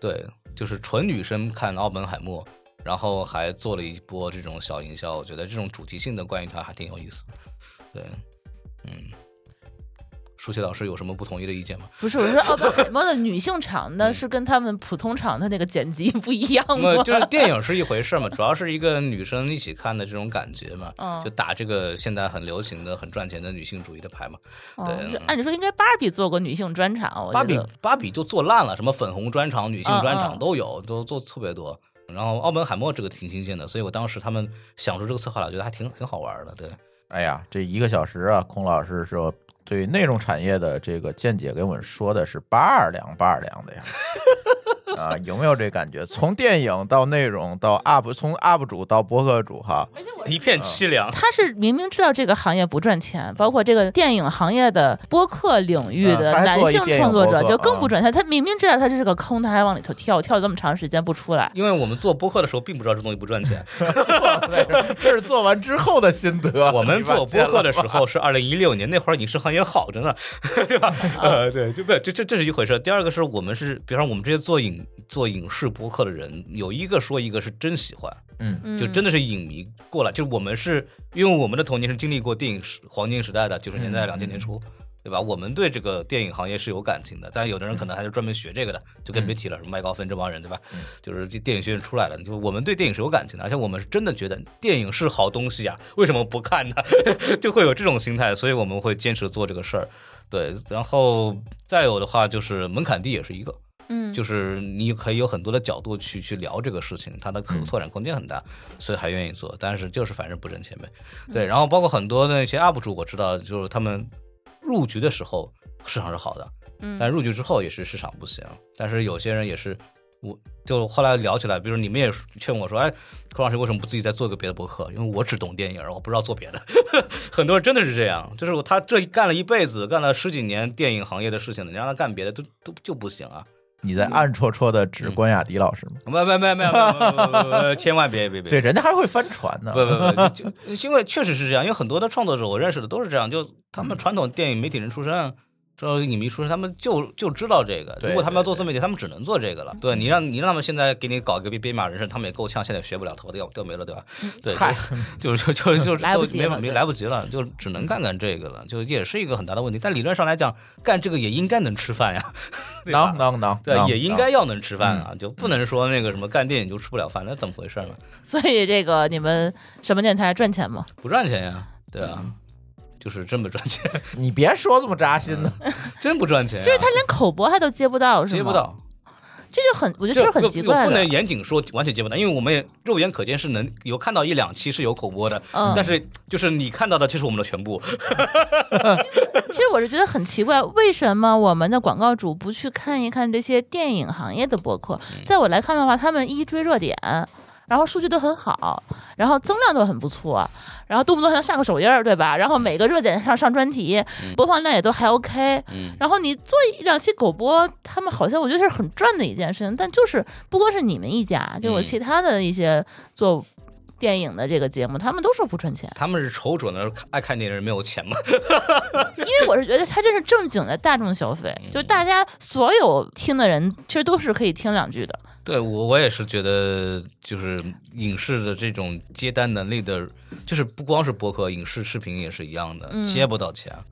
对，就是纯女生看奥本海默，然后还做了一波这种小营销，我觉得这种主题性的观影团还挺有意思。对，嗯，舒淇老师有什么不同意的意见吗？
不是我 说奥本海默的女性场呢，是跟他们普通场的那个剪辑 不一样
嗯那
吗？
就是电影是一回事嘛，主要是一个女生一起看的这种感觉嘛，
嗯
就打这个现在很流行的、很赚钱的女性主义的牌嘛。
哦
对
是按理说应该芭比做过女性专场，我
芭
觉
比
得
芭比就做烂了，什么粉红专场、女性专
嗯
场
嗯
都有，都做特别多。然后奥本海默这个挺新鲜的，所以我当时他们想出这个策划来，我觉得还挺挺好玩的。对，
哎呀，这一个小时啊，孔老师说对于内容产业的这个见解，给我们说的是八二两八二两的呀。啊，有没有这感觉？从电影到内容到 UP，从 UP 主到博客主哈，
一片凄凉。
他是明明知道这个行业不赚钱，包括这个电影行业的播客领域
嗯
的
他还
男
做一
性
电影
创作
博
者
客
就更
嗯
不赚钱。他明明知道他这是个坑，他还往里头跳，跳这么长时间不出来。
因为我们做播客的时候，并不知道这东西不赚 钱。
这是做完之后的心得。
我们做
你发现
播
了
客的
吗
时候是二零一六年，那会儿影视行业好着呢， 对吧？
嗯
呃，对，就不这这这是一回事。第二个是我们是，比方说我们这些做影做影视播客的人，有一个说一个是真喜欢，
嗯
就真的是影迷过来，就是我们是因为我们的童年是经历过电影时黄金时代的九十年代、
嗯
两千年初，对吧？我们对这个电影行业是有感情的，但是有的人可能还是专门学这个的，就
嗯
更别提了，什么麦高芬这帮人，对吧？ 就是这电影学院出来了，就我们对电影是有感情的，而且我们是真的觉得电影是好东西啊，为什么不看呢？ 就会有这种心态，所以我们会坚持做这个事儿。对，然后再有的话就是门槛低也是一个，
嗯
就是你可以有很多的角度去去聊这个事情，它的可拓展空间很大，
嗯
所以还愿意做。但是就是反正不挣钱呗。对，然后包括很多那些 UP 主，我知道就是他们入局的时候市场是好的，
嗯
但入局之后也是市场不行。但是有些人也是，我就后来聊起来，比如你们也劝我说，哎，柯老师为什么不自己再做个别的博客？因为我只懂电影，我不知道做别的。 很多人真的是这样，就是我他这干了一辈子，干了十几年电影行业的事情了，你让他干别的都都就不行啊。
你在暗戳戳的
嗯
指关雅迪老师吗？
没没没没没没，千万别别别！
对，人家还会翻船呢。
不不不，就因为确实是这样，因为很多的创作者我认识的都是这样，就他们传统电影媒体人出身。这影迷出身，他们就就知道这个。
对
如果他们要做自媒体，他们只能做这个了。对你让你让他们现在给你搞一个编编码人生，他们也够呛，现在也学不了，头发掉掉没了，对吧？对，
嗨
就就就就就
来不及了
没没
对
来不及了，就只能干干这个了，就也是一个很大的问题。但理论上来讲，干这个也应该能吃饭呀，对吧
能能能，
对，
能
也应该要能吃饭啊，就不能说那个什么干电影就吃不了饭，那怎么回事呢？
所以这个你们什么电台赚钱吗？
不赚钱
嗯
呀，对啊，就是真不赚钱，
能你别说这么扎心
嗯
的，
真不赚钱呀，啊
就是他连口播他都接不到，是吗？
接不，到，
这就很我觉得是
这
很奇怪
我不
的
能。严谨说完全接不到，因为我们也肉眼可见是能有看到一两期是有口播的，
嗯
但是就是你看到的就是我们的全部，
其实我是觉得很奇怪，为什么我们的广告主不去看一看这些电影行业的博客？在我来看的话，他们一追热点，然后数据都很好，然后增量都很不错，然后动不动还能上个首页儿，对吧？然后每个热点上上专题，播放量也都还 OK。然后你做一两期狗播，他们好像我觉得是很赚的一件事情，但就是不光是你们一家，就我
嗯
其他的一些做。电影的这个节目，他们都说不赚钱，
他们是瞅准了爱看电影人没有钱嘛，
因为我是觉得它这是正经的大众消费，
嗯
就是大家所有听的人其实都是可以听两句的。
对我，我也是觉得，就是影视的这种接单能力的，就是不光是播客，影视视频也是一样的，
嗯
接不到钱。啊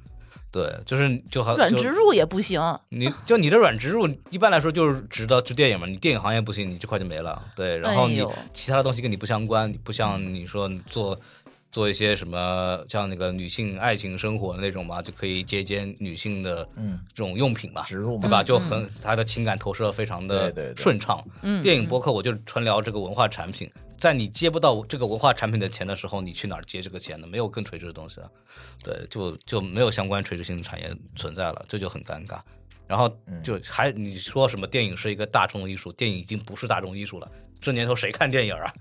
对，就是就好
软
呃就
植入也不行，啊
你就你的软植入，一般来说就是指到指电影嘛，你电影行业不行，你这块就没了。对，然后
哎
你
呦
其他的东西跟你不相关，你不像你说你做做一些什么像那个女性爱情生活那种嘛，就可以借鉴女性的
嗯，
这种用品嘛，
植入
对
嘛，
吧？就很他的情感投射非常的
对对对
顺畅。
嗯
电影播客我就纯聊这个文化产品，在你接不到这个文化产品的钱的时候，你去哪儿接这个钱呢？没有更垂直的东西了，啊对，就就没有相关垂直性的产业存在了，这就很尴尬。然后
嗯
就还你说什么电影是一个大众艺术，电影已经不是大众艺术了，这年头谁看电影啊？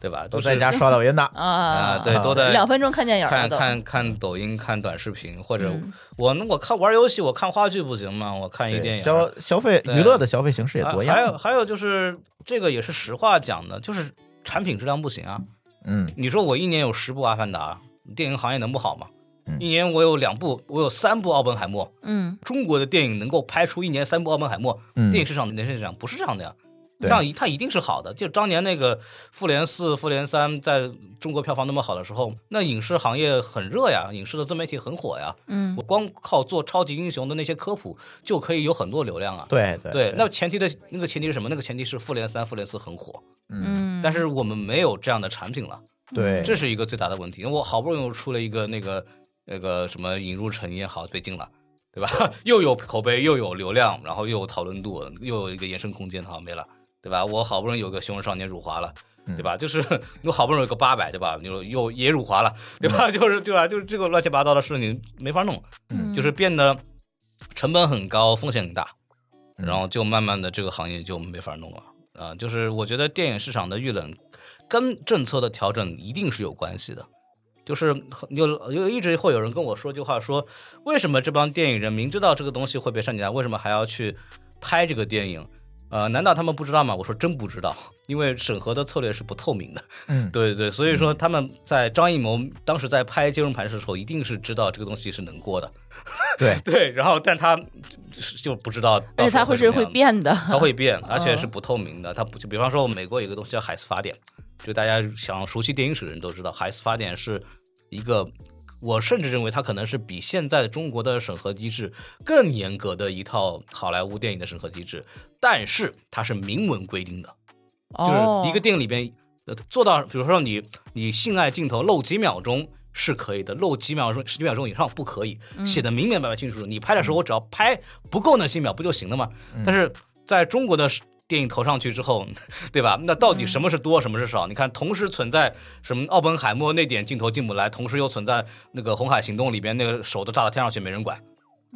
对吧？
都
是
在家刷抖音呢。
啊
啊，对，都在
两分钟看电影了
看
啊都。
看看抖音、看短视频，或者
嗯
我我看玩游戏，我看话剧不行吗？我看一电
对
影，啊
消消费
对
娱乐的消费形式也
还
多
呃还有
样，
还有就是这个也是实话讲的，就是产品质量不行啊。
嗯，
你说我一年有十部《阿凡达》，电影行业能不好吗？
嗯
一年我有两部，我有三部《奥本海默》。
嗯，
中国的电影能够拍出一年三部《奥本海默》，
嗯
电影市场年市场不是这样的呀。这
对
样一它一定是好的。就当年那个《复联四》《复联三》在中国票房那么好的时候，那影视行业很热呀，影视的自媒体很火呀。
嗯
我光靠做超级英雄的那些科普就可以有很多流量啊。
对对
对，那前提的那个前提是什么？那个前提是复联三、复联四很火，
嗯，
但是我们没有这样的产品了，
对，
这是一个最大的问题。我好不容易又出了一个那个那个什么引入尘也好，被禁了。对吧？ 又有口碑，又有流量，然后又有讨论度，又有一个延伸空间，好没了，对吧？我好不容易有个《熊人少年》辱华了，
嗯
对吧？就是我好不容易有个八百，对吧？又又也辱华了，对吧？ 就是对吧？就是这个乱七八
嗯
糟的事，你没法弄。就是变得成本很高，风险很大。然后就慢慢的这个行业就没法弄了啊、就是我觉得电影市场的遇冷跟政策的调整一定是有关系的。就是很有有一直会有人跟我说句话说，为什么这帮电影人明知道这个东西会被上架，为什么还要去拍这个电影？呃，难道他们不知道吗？我说真不知道，因为审核的策略是不透明的。
嗯
对对，所以说他们在张艺谋当时在拍《金融盘》的时候，一定是知道这个东西是能过的，
对，
对，然后但他就不知道，
而且它会是会，变的，
它会变，而且是不透明的。它不就比方说，美国有个东西叫海斯法典，就大家想熟悉电影史的人都知道，海斯法典是一个。我甚至认为它可能是比现在中国的审核机制更严格的一套好莱坞电影的审核机制，但是它是明文规定的，就是一个
哦
电影里边呃做到，比如说你你性爱镜头露几秒钟是可以的，露几秒钟十几秒钟以上不可以，写的明明白白清楚。你拍的时候，我只要拍不够那几秒不就行了吗？但是在中国的电影投上去之后， 对吧？那到底什么是多，什么是少？你看，同时存在什么奥本海默那点镜头进不来，同时又存在那个《红海行动》里边那个手都炸到天上去没人管，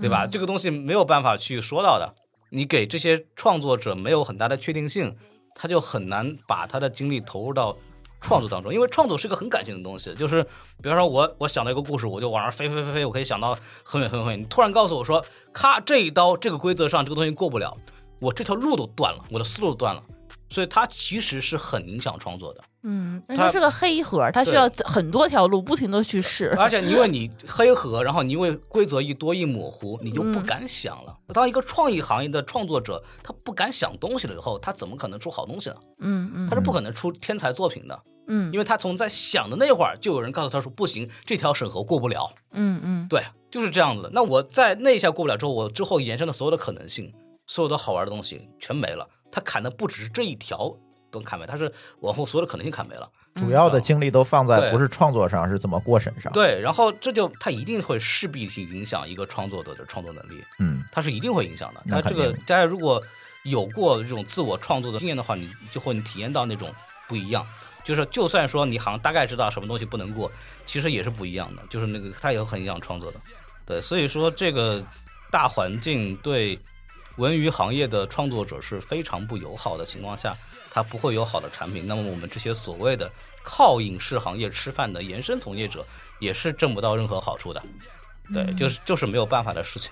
对吧？这个东西没有办法去说到的。你给这些创作者没有很大的确定性，他就很难把他的精力投入到创作当中，因为创作是一个很感性的东西。就是比方说我我想到一个故事，我就往上飞飞飞飞，我可以想到很远很远很远。你突然告诉我说，咔这一刀这个规则上这个东西过不了，我这条路都断了，我的思路都断了。所以它其实是很影响创作的，
嗯，而且
它
它是个黑盒，它需
对啊
要很多条路不停的去 试，
而且因为你黑盒，然后你因为规则一多一模糊，你就不敢想了。嗯当一个创意行业的创作者，他不敢想东西了以后，他怎么可能出好东西呢？
嗯嗯
他是不可能出天才作品的。
嗯
因为他从在想的那会儿，就有人告诉他说不行，这条审核过不了。
嗯嗯，
对，就是这样子的。那我在那一下过不了之后，我之后延伸的所有的可能性，所有的好玩的东西全没了。他砍的不只是这一条都砍没，他是往后所有的可能性砍没了。
主要的精力都放在
对
不是创作上，是怎么过审上。，
对，然后这就他一定会势必去影响一个创作者的创作能力，
嗯，
他是一定会影响的。
那
他这
肯定
个大家如果有过这种自我创作的经验的话，你就会体验到那种不一样。就是就算说你好像大概知道什么东西不能过，其实也是不一样的，就是那个它也很影响创作的。对，所以说这个大环境对文娱行业的创作者是非常不友好的情况下，它不会有好的产品。那么我们这些所谓的靠影视行业吃饭的延伸从业者，也是挣不到任何好处的。
嗯
对，就是就是没有办法的事情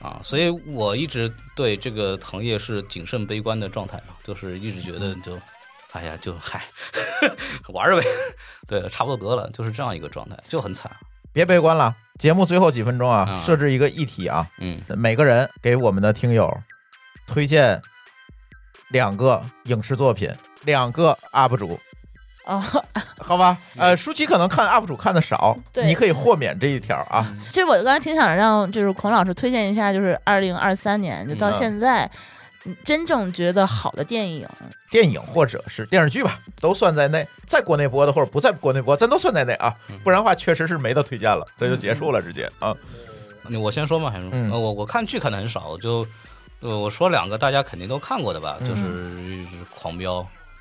啊。所以我一直对这个行业是谨慎悲观的状态嘛，就是一直觉
嗯
得就。哎呀，就嗨， 玩儿呗，对，差不多得了，就是这样一个状态，就很惨。
别悲观了。节目最后几分钟啊，
啊
设置一个议题啊，
嗯，
每个人给我们的听友推荐两个影视作品，两个 UP 主，
哦，
好吧？
嗯
呃，舒淇可能看 UP 主看的少，
对
你可以豁免这一条啊。
嗯
其实我刚才挺想让就是孔老师推荐一下，就是二零二三年
啊
就到
嗯
现在，你真正觉得好的电影，
电影或者是电视剧吧，都算在内，在国内播的或者不在国内播，咱都算在内啊，
嗯
不然的话确实是没得推荐了，这就结束了，直接啊，
你我先说嘛，还是、
嗯
呃我我看剧看的很少，我就呃我说两个大家肯定都看过的吧，就是《狂飙》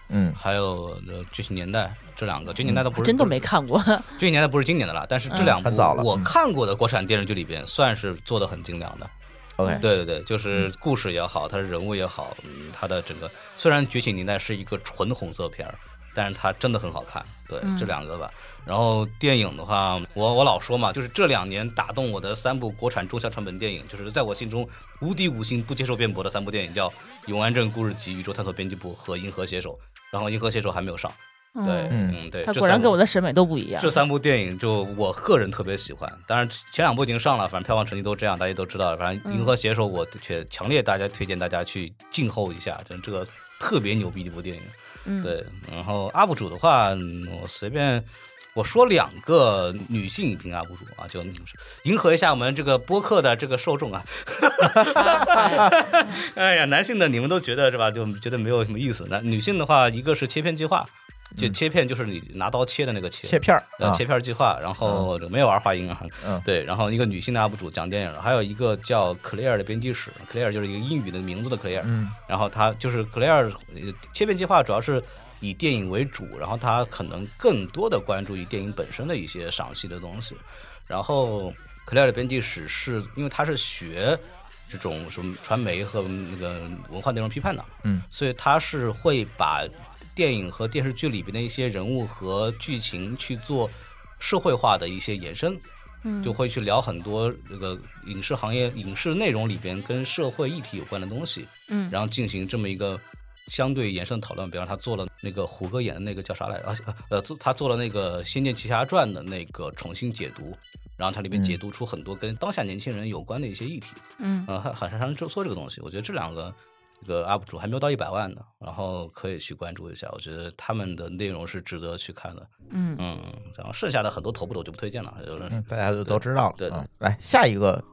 嗯
还有呃《觉醒年代》这两个，《觉醒年代》都不是
真都没看过。
《觉醒年代》不是今年的了，但是这两部
很早了
我
嗯
看过的国产电视剧里边算是做的很精良的。
哎
，OK，
对对对，就是
嗯
故事也好，它的人物也好，嗯，它的整个虽然《觉醒年代》是一个纯红色片儿，但是它真的很好看。对，
嗯
这两个吧。然后电影的话，我我老说嘛，就是这两年打动我的三部国产中小成本电影，就是在我心中无敌五星不接受辩驳的三部电影，叫《永安镇故事集》《宇宙探索编辑部》和《银河携手》。然后《银河携手》还没有上。对，
嗯
嗯，对，
他
这
果然
三
跟
部
我的审美都不一样
这。三部电影就我个人特别喜欢，当然前两部已经上了，反正票房成绩都这样，大家都知道了。反正《银
嗯
河携手》，我却强烈大家推荐大家去静候一下，真这个特别牛逼的一部电影。
嗯
对，然后 UP 主的话，嗯我随便我说两个女性影评 UP 主啊，就迎合一下我们这个播客的这个受众啊。
啊
哎呀，男性的你们都觉得是吧？就觉得没有什么意思。那女性的话，一个是切片计划。就
嗯
切片就是你拿刀切的那个切，
切片儿
呃，
啊
切，片儿计划，然后没有玩花音啊，
嗯
对，然后一个女性的 UP 主讲电影，还有一个叫 Claire 的编辑室，Claire 就是一个英语的名字的 Claire，、
嗯
然后她就是 Claire 呃切片计划主要是以电影为主，然后她可能更多的关注于电影本身的一些赏析的东西，然后 Claire 的编辑室是因为她是学这种什么传媒和那个文化内容批判的，
嗯，
所以他是会把电影和电视剧里边的一些人物和剧情去做社会化的一些延伸，嗯，就会去聊很多这个影视行业影视内容里边跟社会议题有关的东西，
嗯
然后进行这么一个相对延伸讨论。比方他做了那个胡歌演的那个叫啥来着？啊呃，做他做了那个《仙剑奇侠传》的那个重新解读，然后它里面解读出很多跟当下年轻人有关的一些议题。
嗯
呃，很很擅长做做这个东西。我觉得这两个这个 UP 主还没有到一百万呢，然后可以去关注一下。我觉得他们的内容是值得去看的。
嗯，
嗯，然后剩下的很多头部的我就不推荐了，就是
嗯，大家就都知道了。
对对
嗯来下一个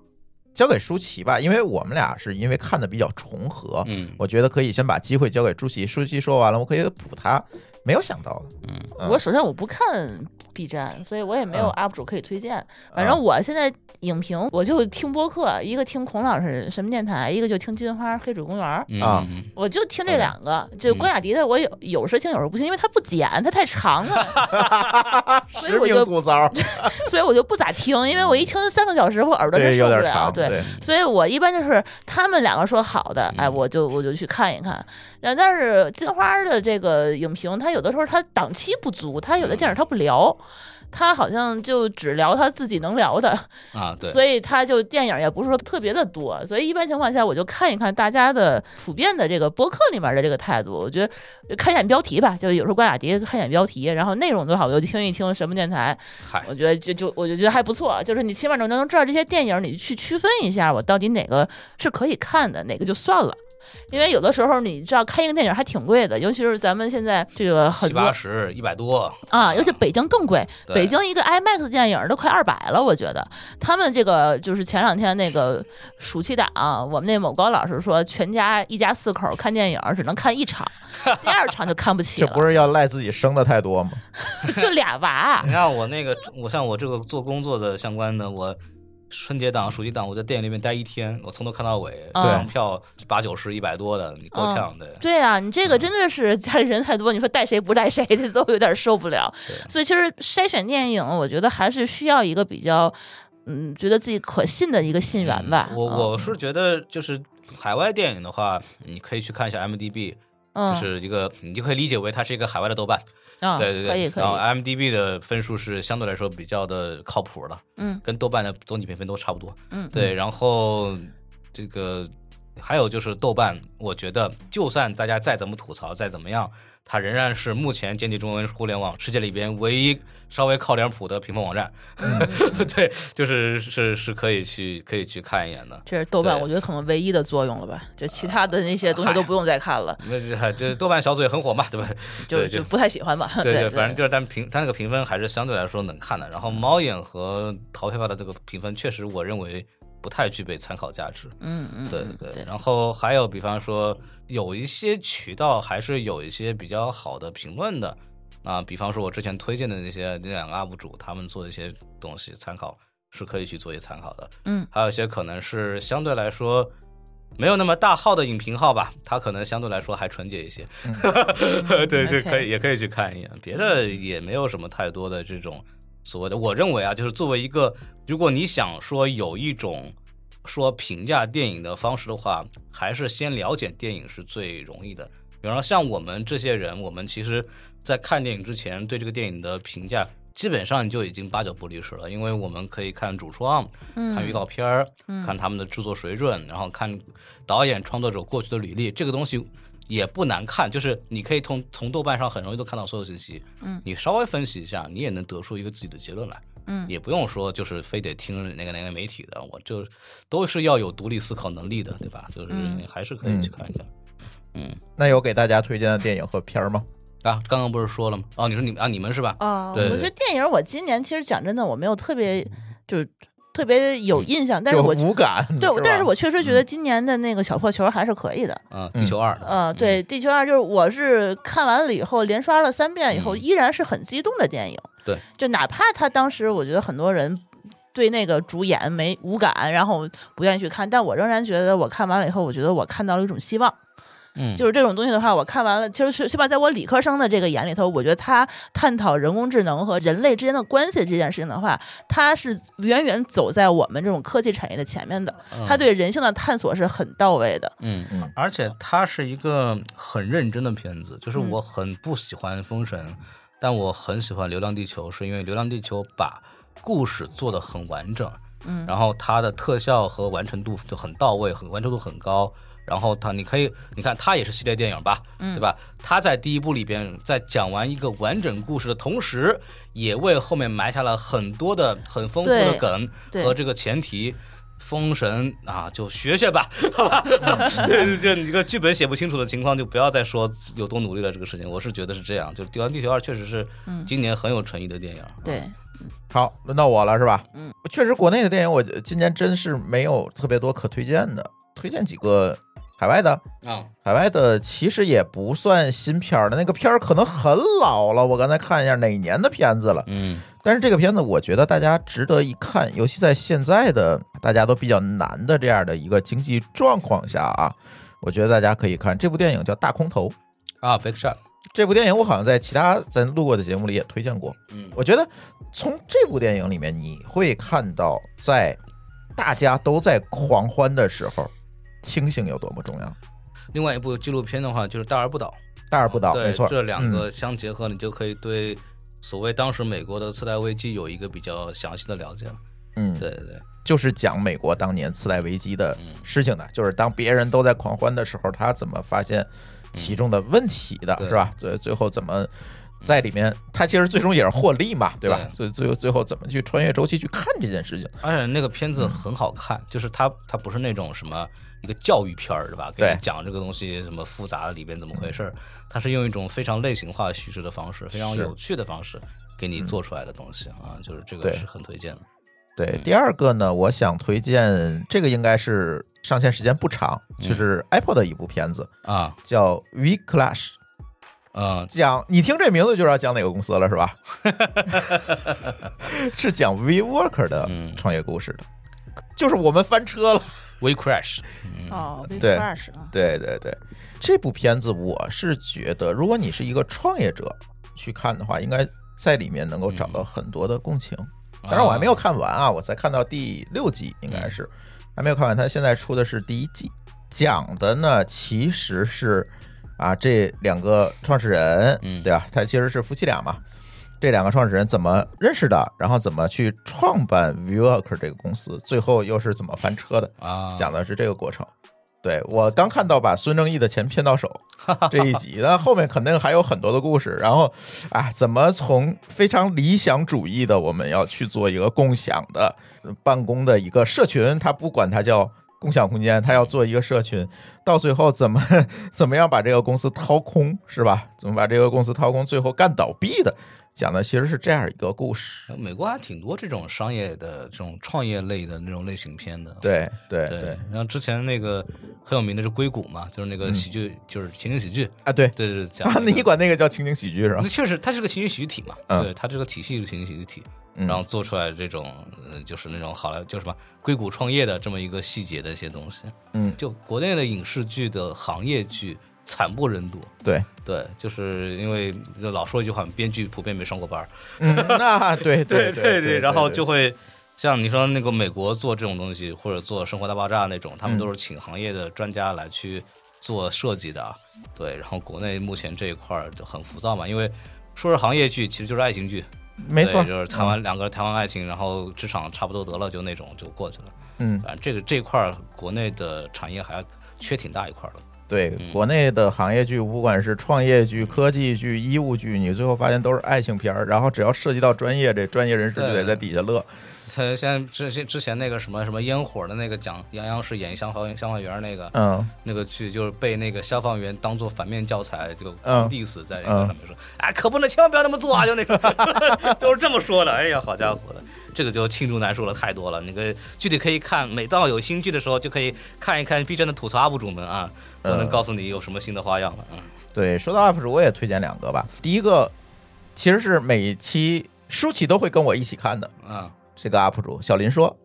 交给舒淇吧，因为我们俩是因为看的比较重合，
嗯
我觉得可以先把机会交给舒淇。舒淇说完了，我可以补她。没有想到的，
嗯
嗯
我首先我不看 B 站，所以我也没有
嗯
UP 主可以推荐。反正我现在影评我就听播客，一个听孔老师什么电台，一个就听金花黑水公园儿。
嗯
啊
嗯
我就听这两个，就
嗯
关雅迪的我有有时听，有时不听，因为它不剪，它太长了， 所以
实
我
名
就
吐槽，
所以我就不咋听，因为我一听三个小时，我耳朵真
对，
受
有
不
点
了。
长，
对，
对，
所以我一般就是他们两个说好的，哎，
嗯
我就我就去看一看。然后但是金花的这个影评，它有的时候它档期不足，它有的
嗯
电影它不聊。它好像就只聊他自己能聊的，
啊，对，
所以他就电影也不是说特别的多，所以一般情况下我就看一看大家的普遍的这个播客里面的这个态度，我觉得呃看一眼标题吧，就有时候关雅迪看一眼标题，然后内容多好，我就听一听什么电台，
嗨
我，觉得就就我就觉得还不错，啊就是你起码能能知道这些电影，你去区分一下我到底哪个是可以看的，哪个就算了。因为有的时候你知道看一个电影还挺贵的，尤其是咱们现在这个很
七
多
八十、一百 多
啊，尤其北京更贵，
对
北京一个 IMAX 电影都快二百了，我觉得他们这个就是前两天那个暑期档、我们那某高老师说，全家一家四口看电影只能看一场， 第二场就看不起
这
了，
不是要赖自己生的太多吗？
就俩娃啊
你，看我那个，我像我这个做工作的相关的，我春节档、暑期档，我在电影里面待一天，我从头看到尾，
嗯
这张票八九十、一百多的，你够呛的。嗯
对啊，你这个真的是家里人太多，你 说带谁不带谁，这都有点受不了。所以其实筛选电影，我觉得还是需要一个比较，嗯，觉得自己可信的一个信源吧。
嗯
嗯哦
我我是觉得就是海外电影的话，你可以去看一下 m d b
嗯
就是一个，你就可以理解为它是一个海外的豆瓣，
嗯，
对对对，
可以可
然后哎
以，
m d b 的分数是相对来说比较的靠谱的，
嗯
跟豆瓣的总体评分都差不多。
嗯，
对，然后这个还有就是豆瓣，我觉得就算大家再怎么吐槽，再怎么样，它仍然是目前兼具中文互联网世界里边唯一稍微靠点谱的评分网站。
嗯
对，就是是是可以去可以去看一眼的。
这是豆瓣，
对
我觉得可能唯一的作用了吧，就其他的那些东西都不用再看了，
那这这豆瓣小组也很火嘛，对吧？
就
对
就
就
不太喜欢吧。
对
对，
反正就是，但评它那个评分还是相对来说能看的。然后猫眼和淘票票的这个评分，确实我认为不太具备参考价值。
嗯嗯，
对
嗯
对
对，
然后还有，比方说有一些渠道还是有一些比较好的评论的啊，比方说我之前推荐的那些那两个 UP 主，他们做的一些东西参考是可以去做一些参考的。
嗯，
还有一些可能是相对来说没有那么大号的影评号吧，它可能相对来说还纯洁一些。 对，是
OK
可以也可以去看一眼，别的也没有什么太多的这种所谓的。我认为啊，就是作为一个，如果你想说有一种说评价电影的方式的话，还是先了解电影是最容易的。比方说像我们这些人，我们其实在看电影之前，对这个电影的评价基本上就已经八九不离十了，因为我们可以看主创，看预告片儿，看他们的制作水准，然后看导演、创作者过去的履历，这个东西也不难看，就是你可以从从豆瓣上很容易都看到所有信息，嗯，你稍微分析一下，你也能得出一个自己的结论来，嗯，也不用说就是非得听那个那个媒体的，我就都是要有独立思考能力的，对吧？就是还是可以去看一下。
那有给大家推荐的电影和片儿吗？
啊，刚刚不是说了吗？哦，你说你们啊，你们是吧？
啊，
对
我觉得电影我今年其实讲真的，我没有特别就是特别
嗯
有印象，但是
就
我
无感，
对，
吧
但是我确实觉得今年的那个小破球还是可以的。
啊，地球二，
呃，
嗯
对，《地球二》就是我是看完了以后连刷了三遍以后，
嗯
依然是很激动的电影。
对，
就哪怕他当时我觉得很多人对那个主演没无感，然后不愿意去看，但我仍然觉得我看完了以后，我觉得我看到了一种希望。
嗯，
就是这种东西的话，我看完了，就是起码在我理科生的这个眼里头，我觉得他探讨人工智能和人类之间的关系这件事情的话，他是远远走在我们这种科技产业的前面的，他对人性的探索是很到位的。
嗯，而且它是一个很认真的片子，就是我很不喜欢《封神》但我很喜欢《流浪地球》，是因为《流浪地球》把故事做得很完整，嗯，然后它的特效和完成度就很到位，很完成度很高。然后它，你可以，你看它也是系列电影吧，对吧？它在第一部里边，在讲完一个完整故事的同时，也为后面埋下了很多的很丰富的
对
梗
对
和这个前提。封神啊，就学学吧，好吧？对，就你个剧本写不清楚的情况，就不要再说有多努力了这个事情。我是觉得是这样，就是《流浪地球二》确实是今年很有诚意的电影。
对，
好，轮到我了是吧？嗯，确实，国内的电影我今年真是没有特别多可推荐的，推荐几个海外的。
啊，
海外的其实也不算新片儿的，那个片儿可能很老了，我刚才看一下哪年的片子了。
嗯
但是这个片子我觉得大家值得一看，尤其在现在的大家都比较难的这样的一个经济状况下啊，我觉得大家可以看这部电影叫《大空头》。
啊，Big Shot，
这部电影我好像在其他咱录过的节目里也推荐过。
嗯
我觉得从这部电影里面，你会看到在大家都在狂欢的时候，清醒有多么重要。
另外一部纪录片的话就是《大而不倒》，
大而不倒，
对
没错，
这两
嗯
个相结合，你就可以对所谓当时美国的次贷危机有一个比较详细的了解了。
嗯，
对对对，
就是讲美国当年次贷危机的
嗯
事情的，就是当别人都在狂欢的时候，他怎么发现其中的问题的，
对
是吧？最最后怎么在里面，他其实最终也是获利嘛，对吧？
嗯对
所以最后最后怎么去穿越周期去看这件事情？
而且那个片
嗯
子很好看，就是它它不是那种什么一个教育片儿，是吧？给
对
你讲这个东西什么复杂的里边怎么回事儿，它是用一种非常类型化叙事的方式，非常
是嗯
有趣的方式给你做出来的东西、啊，就是这个
对
是很推荐的。
对，
嗯
第二个呢，我想推荐这个应该是上线时间不长，
嗯
就是 Apple 的一部片子，
啊，
叫《We Clash》。
嗯，
讲你听这名字就知道讲哪个公司了，是 吧？是讲 WeWork 的
嗯
创业故事的，就是我们翻车了。
We Crash，
哦
对
二十啊，
对对对，这部片子我是觉得，如果你是一个创业者去看的话，应该在里面能够找到很多的共情。当然，我还没有看完啊，我才看到第六集，应该是还没有看完。它现在出的是第一季，讲的呢其实是啊这两个创始人，
嗯
对吧？他其实是夫妻俩嘛。这两个创始人怎么认识的？然后怎么去创办 WeWork 这个公司？最后又是怎么翻车的？
啊，
讲的是这个过程。对我刚看到把孙正义的钱骗到手 这一集，那后面肯定还有很多的故事。然后啊，怎么从非常理想主义的我们要去做一个共享的呃办公的一个社群，它不管它叫共享空间，它要做一个社群，到最后怎么 怎么样把这个公司掏空，是吧？怎么把这个公司掏空，最后干倒闭的，讲的其实是这样一个故事。
美国还挺多这种商业的这种创业类的那种类型片的。
对对嗯
对，然后之前那个很有名的是硅谷嘛，就是那个喜剧，就是情景喜剧，
啊，对
对对对，讲
啊，
那个
你管那个叫情景喜剧是吧
那？确实，它是个情景喜剧体嘛，
嗯
对，它这个体系是情景喜剧体，
嗯
然后做出来这种，呃，就是那种好莱就是什么硅谷创业的这么一个细节的一些东西，
嗯
就国内的影视剧的行业剧惨不忍睹，
对。
对，就是因为就老说一句话，编剧普遍没上过班儿，
嗯，那对对
对
对，
然后就会像你说那个美国做这种东西，或者做《生活大爆炸》那种，
嗯
他们都是请行业的专家来去做设计的啊。对，然后国内目前这一块儿就很浮躁嘛，因为说是行业剧，其实就是爱情剧，
没错嗯
对，就是谈完两个人谈完爱情，然后职场差不多得了，就那种就过去了。
嗯，
反正这个这一块儿国内的产业还缺挺大一块儿的。
对，国内的行业剧，不管是创业剧、科技剧、医务剧，你最后发现都是爱情片儿，然后只要涉及到专业，这专业人士就得在底下乐。
像像之前之前那个什么什么烟火的那个讲杨洋是演消防消防员那个，
嗯，
那个剧就是被那个消防员当做反面教材，就
嗯
diss 在那个上面说，哎，可不能，千万不要那么做啊！就那种 都是这么说的。哎呀，好家伙的，这个就罄竹难书了，太多了。那个具体可以看，每当有新剧的时候，就可以看一看 B 站的吐槽 UP 主们啊，都能
嗯
告诉你有什么新的花样了。嗯
对，说到 UP 主，我也推荐两个吧。第一个其实是每期舒淇都会跟我一起看的
嗯
这个 UP 主小林说，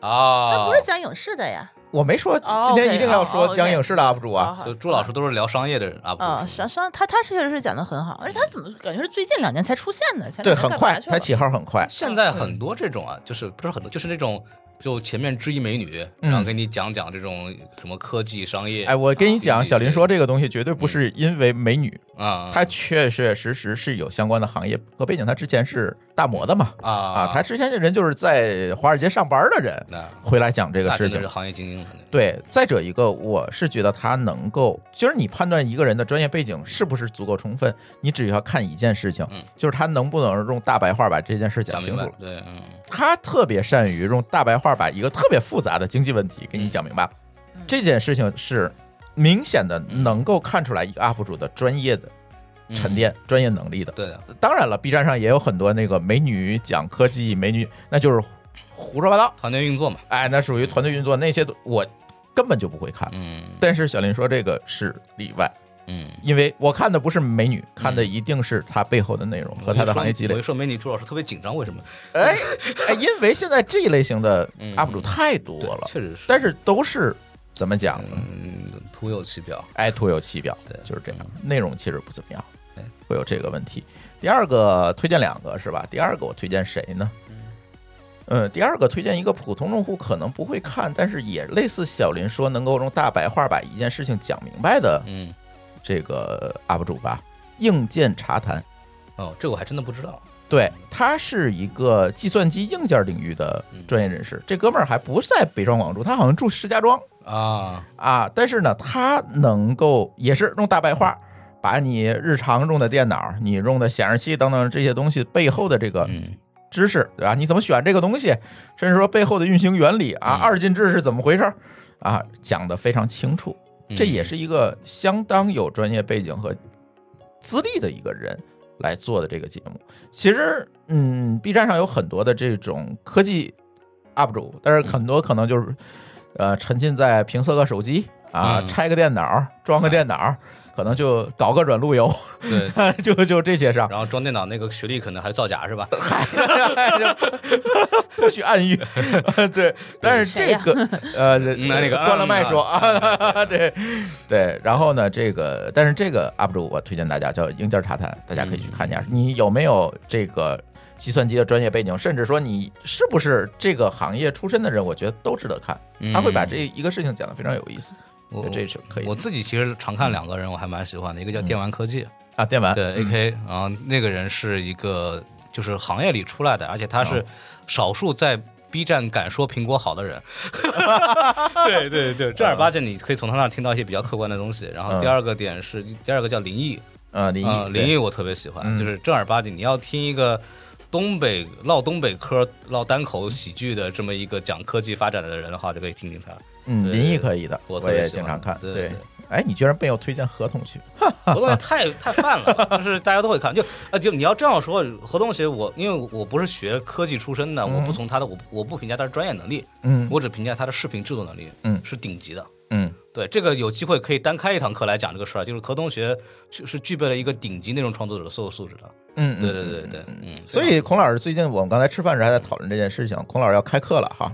啊，
哦
他不是讲影视的呀，
我没说
哦
今天
OK，
一定要
哦
说
，OK
讲影视的 UP 主啊，
就朱老师都是聊商业的 UP 主
啊，
是
商
吗
商他他确实是讲的很好，而且他怎么感觉是最近两年才出现的？前
对，
两
很
年干嘛
快，
去
他
了
起号很快，
现在很多这种啊，就是不是很多，就是那种就前面知一美女，然后给你讲讲这种什么科技商业，
嗯哎，我跟你讲，
啊
小林说这个东西绝对不是因为美女，
啊，
她确确实实是有相关的行业和背景，她之前是大摩的嘛，
啊
啊，她之前这人就是在华尔街上班的人，
那
回来讲这个
那
事
真的
情
是。行业精英了，
对，再者一个，我是觉得他能够，就是你判断一个人的专业背景是不是足够充分，你只要看一件事情，
嗯
就是他能不能用大白话把这件事
讲
讲
明
清楚
白，。对，嗯，
他特别善于用大白话把一个特别复杂的经济问题给你讲明白了。
嗯
这件事情是明显的能够看出来一个 UP 主的专业的
嗯
沉，淀、专业能力的。
对的，
当然了，B 站上也有很多那个美女讲科技，美女那就是胡说八道，
团队运作嘛，
哎，那属于团队运作，那些都我根本就不会看。
嗯
但是小林说这个是例外，
嗯。
因为我看的不是美女，看的一定是她背后的内容和她的行业积累
我一。说美嗯女，朱老师特别紧张，为什么？
哎哎，因为现在这一类型的
嗯
UP 主太多
对
了，
确实是，
但是都是怎么讲呢？
嗯，徒有其表。
哎，徒有其表，
对
就是这样，内容其实不怎么样
对，
会有这个问题。第二个推荐两个是吧？第二个我推荐谁呢？嗯，第二个推荐一个普通用户可能不会看，但是也类似小林说能够用大白话把一件事情讲明白的
嗯，
这个 UP 主吧，硬件茶谈。
哦，这我还真的不知道。
对，他是一个计算机硬件领域的
嗯
专业人士。这哥们儿还不在北上广住，他好像住石家庄
啊，
啊。但是呢，他能够也是用大白话，把你日常用的电脑、你用的显示器等等这些东西背后的这个
嗯
知识，对吧？你怎么选这个东西，甚至说背后的运行原理啊，
嗯
二进制是怎么回事儿啊，讲得非常清楚。嗯
嗯
这也是一个相当有专业背景和资历的一个人来做的这个节目。其实，嗯，B 站上有很多的这种科技 UP 主，但是很多可能就是呃沉浸在评测个手机啊，
嗯
拆个电脑，装个电脑，可能就搞个软路由，
嗯对。
就就这些上，
然后装电脑那个学历可能还造假是吧？
不许暗喻。对，但是
谁
这
呀
个 呃，
那那个
关了麦
嗯
说 啊，对对。然后呢，这个但是这个 UP 主我推荐大家叫硬件茶谈，大家可以去看一
嗯
下，你有没有这个计算机的专业背景，甚至说你是不是这个行业出身的人，我觉得都值得看。他会把这一个事情讲得非常有意思
嗯我
这是 可以嗯
我自己其实常看两个人，我还蛮喜欢的，一个叫电玩科技，
啊。电 玩
对 AK，然后那个人是一个就是行业里出来的，而且他是少数在 B 站敢说苹果好的人。对对对，正儿八经你可以从他那儿听到一些比较客观的东西。然后第二个点是第二个叫林毅，
啊，林
啊，
毅
林毅
毅
我特别喜欢，
嗯
就是正儿八经，你要听一个东北唠东北嗑、唠单口喜剧的这么一个讲科技发展的人的话，就可以听听他。
嗯，
对
林毅可以的，
我
我
特别
也
喜欢
经常看。
对对
哎，你居然没有推荐合同去
活动鞋太太泛了吧，就是大家都会看。就啊，就你要这样说，活动鞋我因为我不是学科技出身的，我不从他的我我不评价他的专业能力，
嗯
我只评价他的视频制作能力，
嗯
是顶级的。
嗯
对，这个有机会可以单开一堂课来讲这个事儿，啊就是何东学是具备了一个顶级内容创作者的所有素质的。
嗯，
对对对对，嗯，
所以孔老师最近我们刚才吃饭时还在讨论这件事情，孔老师要开课 了哈，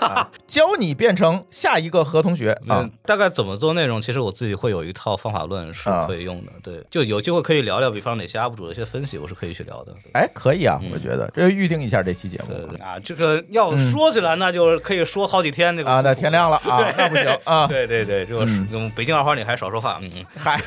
啊教你变成下一个何同学啊
嗯，，大概怎么做内容，其实我自己会有一套方法论是
啊
可以用的。对，就有机会可以聊聊，比方哪些 UP 主的一些分析，我是可以去聊的。
哎可以啊，我觉得这就预定一下这期节目
嗯对对啊，这个要说起来，那就是可以说好几天。这个
嗯啊，
速度
那天亮了啊，那不行啊，
对对对，如果是用北京二环，你还少说话。嗯，嗯
嗨，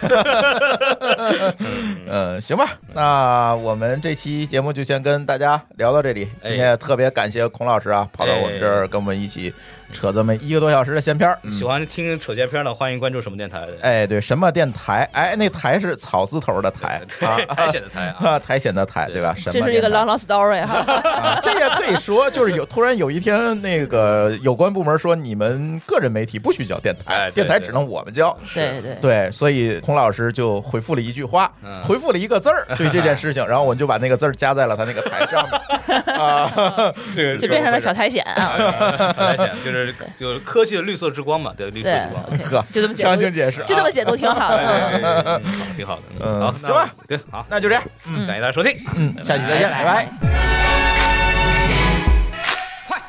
嗯，行吧，那我们这期节目就先跟大家聊到这里。今
哎
天也特别感谢孔老师啊，跑到我们这儿跟我们一起扯这么一个多小时的闲篇儿，嗯
喜欢听扯闲篇的，欢迎关注什么电台？
哎，对，什么电台？哎，那台是草字头的台啊
对，苔藓的苔啊，
啊，苔藓的苔，对吧？什么
这是一个
电台
long long story 哈，
啊，这也可以说，就是有突然有一天，那个有关部门说，你们个人媒体不许叫电台，
哎对
电台只能我们叫。
对对
对，所以孔老师就回复了一句话，
嗯
回复了一个字儿，对这件事情，然后我们就把那个字儿加在了他那个台上 面啊，
就变成了小苔藓 啊。
苔藓就是就是科技的绿色之光嘛，对绿色
对
之光。
，OK，
呵，
就这么解
强行
读，
解释啊，
就这么解读挺 好的。
哎嗯好挺好的，
嗯
嗯好，
行吧，
对，好，
那就这样，
感谢大家收听，
嗯，下期再见，拜拜。
快！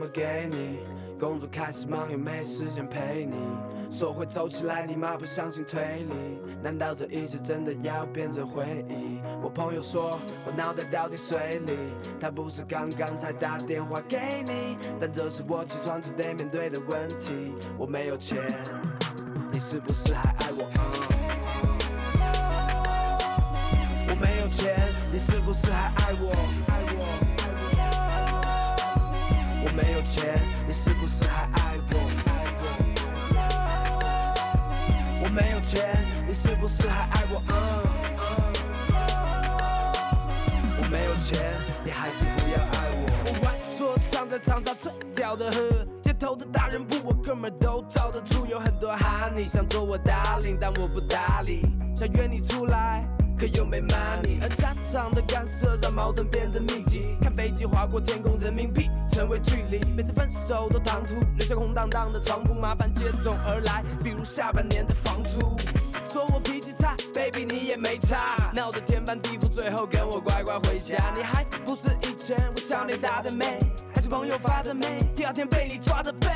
会给你。工作开始忙又没时间陪你，说会走起来你妈不相信推理，难道这一切真的要变成回忆？我朋友说我脑袋掉进水里，他不是刚刚才打电话给你，但这是我起床就得面对的问题。我没有钱，你是不是还爱我？嗯我没有钱，你是不是还爱我？爱我爱我我没有钱，你是不是还爱我？爱我我没有钱，你是不是还爱我？嗯我没有钱，你还是不要爱我。我外说唱在长沙最屌的喝，街头的大人物我哥们儿都找得出，有很多哈你想做我打领，但我不搭理，想约你出来。可又没 money，而家长的干涉让矛盾变得密集。看飞机划过天空，人民币成为距离。每次分手都唐突，留下空荡荡的床铺，麻烦接踵而来，比如下半年的房租。说我脾气差，baby 你也没差，闹得天翻地覆，最后跟我乖乖回家。你还不是以前我想你打的妹，还是朋友发的妹，第二天被你抓的背。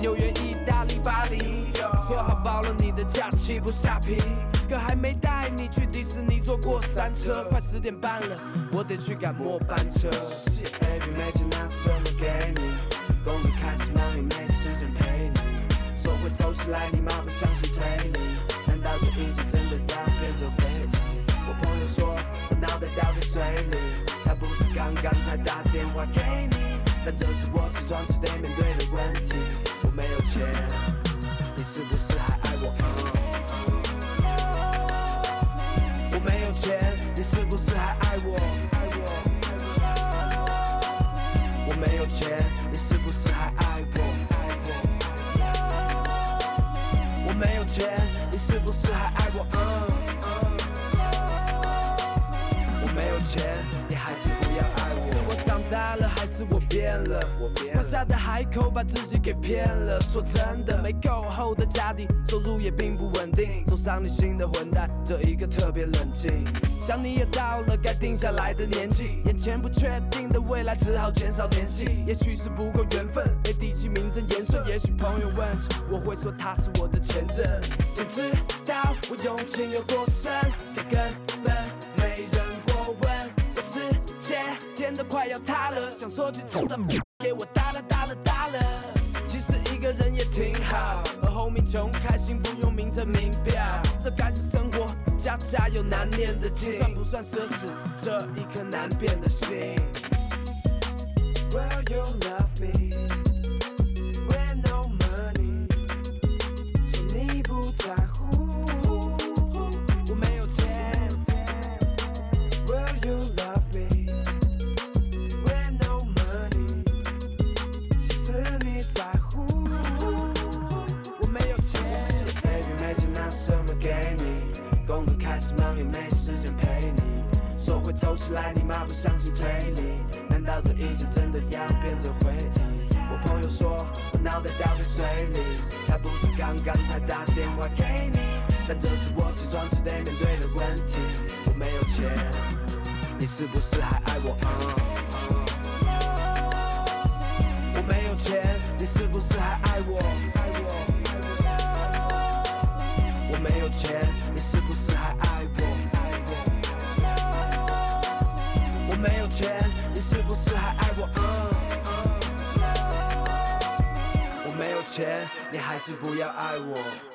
纽约、意大利、巴黎，说好包了你的假期不下皮，可还没带你去迪士尼坐过山车。快十点半了，我得去赶末班车。Baby 没钱拿什么给你？工作开始忙也没时间陪你，说会走起来你妈不相信推理，难道这一切真的要变成回忆？我朋友说我脑袋掉进水里，他不是刚刚才打电话给你，但这是我起床就得面对的问题。我没有钱，你是不是还爱我？我没有钱，你是不是还爱我？爱我我没有钱，你是不是还爱我？爱我我没有钱，你是不是还爱我？嗯我没有钱，你还是不要爱我。是我长大了，还是我变了？我变了。下的海口把自己给骗了。说真的，没够厚的家底，收入也并不稳定。走上你新的混蛋，这一个特别冷静。想你也到了该定下来的年纪，眼前不确定的未来，只好减少联系。也许是不够缘分，没底气名正言顺。也许朋友问起，我会说他是我的前任。天知道我用情有多深，他根本。没人过问。这世界天都快要塌了，想说句真的，给我耷拉耷拉耷拉。其实一个人也挺好，和 homie 穷开心不用名证名表，这该是生活，家家有难念的经，算不算奢侈？这一颗难变的心。Will you love me when no money？说你不在乎，我没有钱。Will you love me when no money？其实你在乎，我没有钱。Baby 没钱拿什么给你？工作开始忙也没时间陪你。说会走起来，你妈不相信推理。难道这一切真的要变成回忆？我朋友说我脑袋掉进水里，他不是刚刚才打电话给你，但这是我起床就得面对的问题。我没有钱。你是不是还爱我？？Uh 嗯我没有钱，你是不是还爱我？我没有钱，你是不是还爱我？我没有钱，你是不是还爱我？？Uh，uh 嗯我没有钱，你还是不要爱我。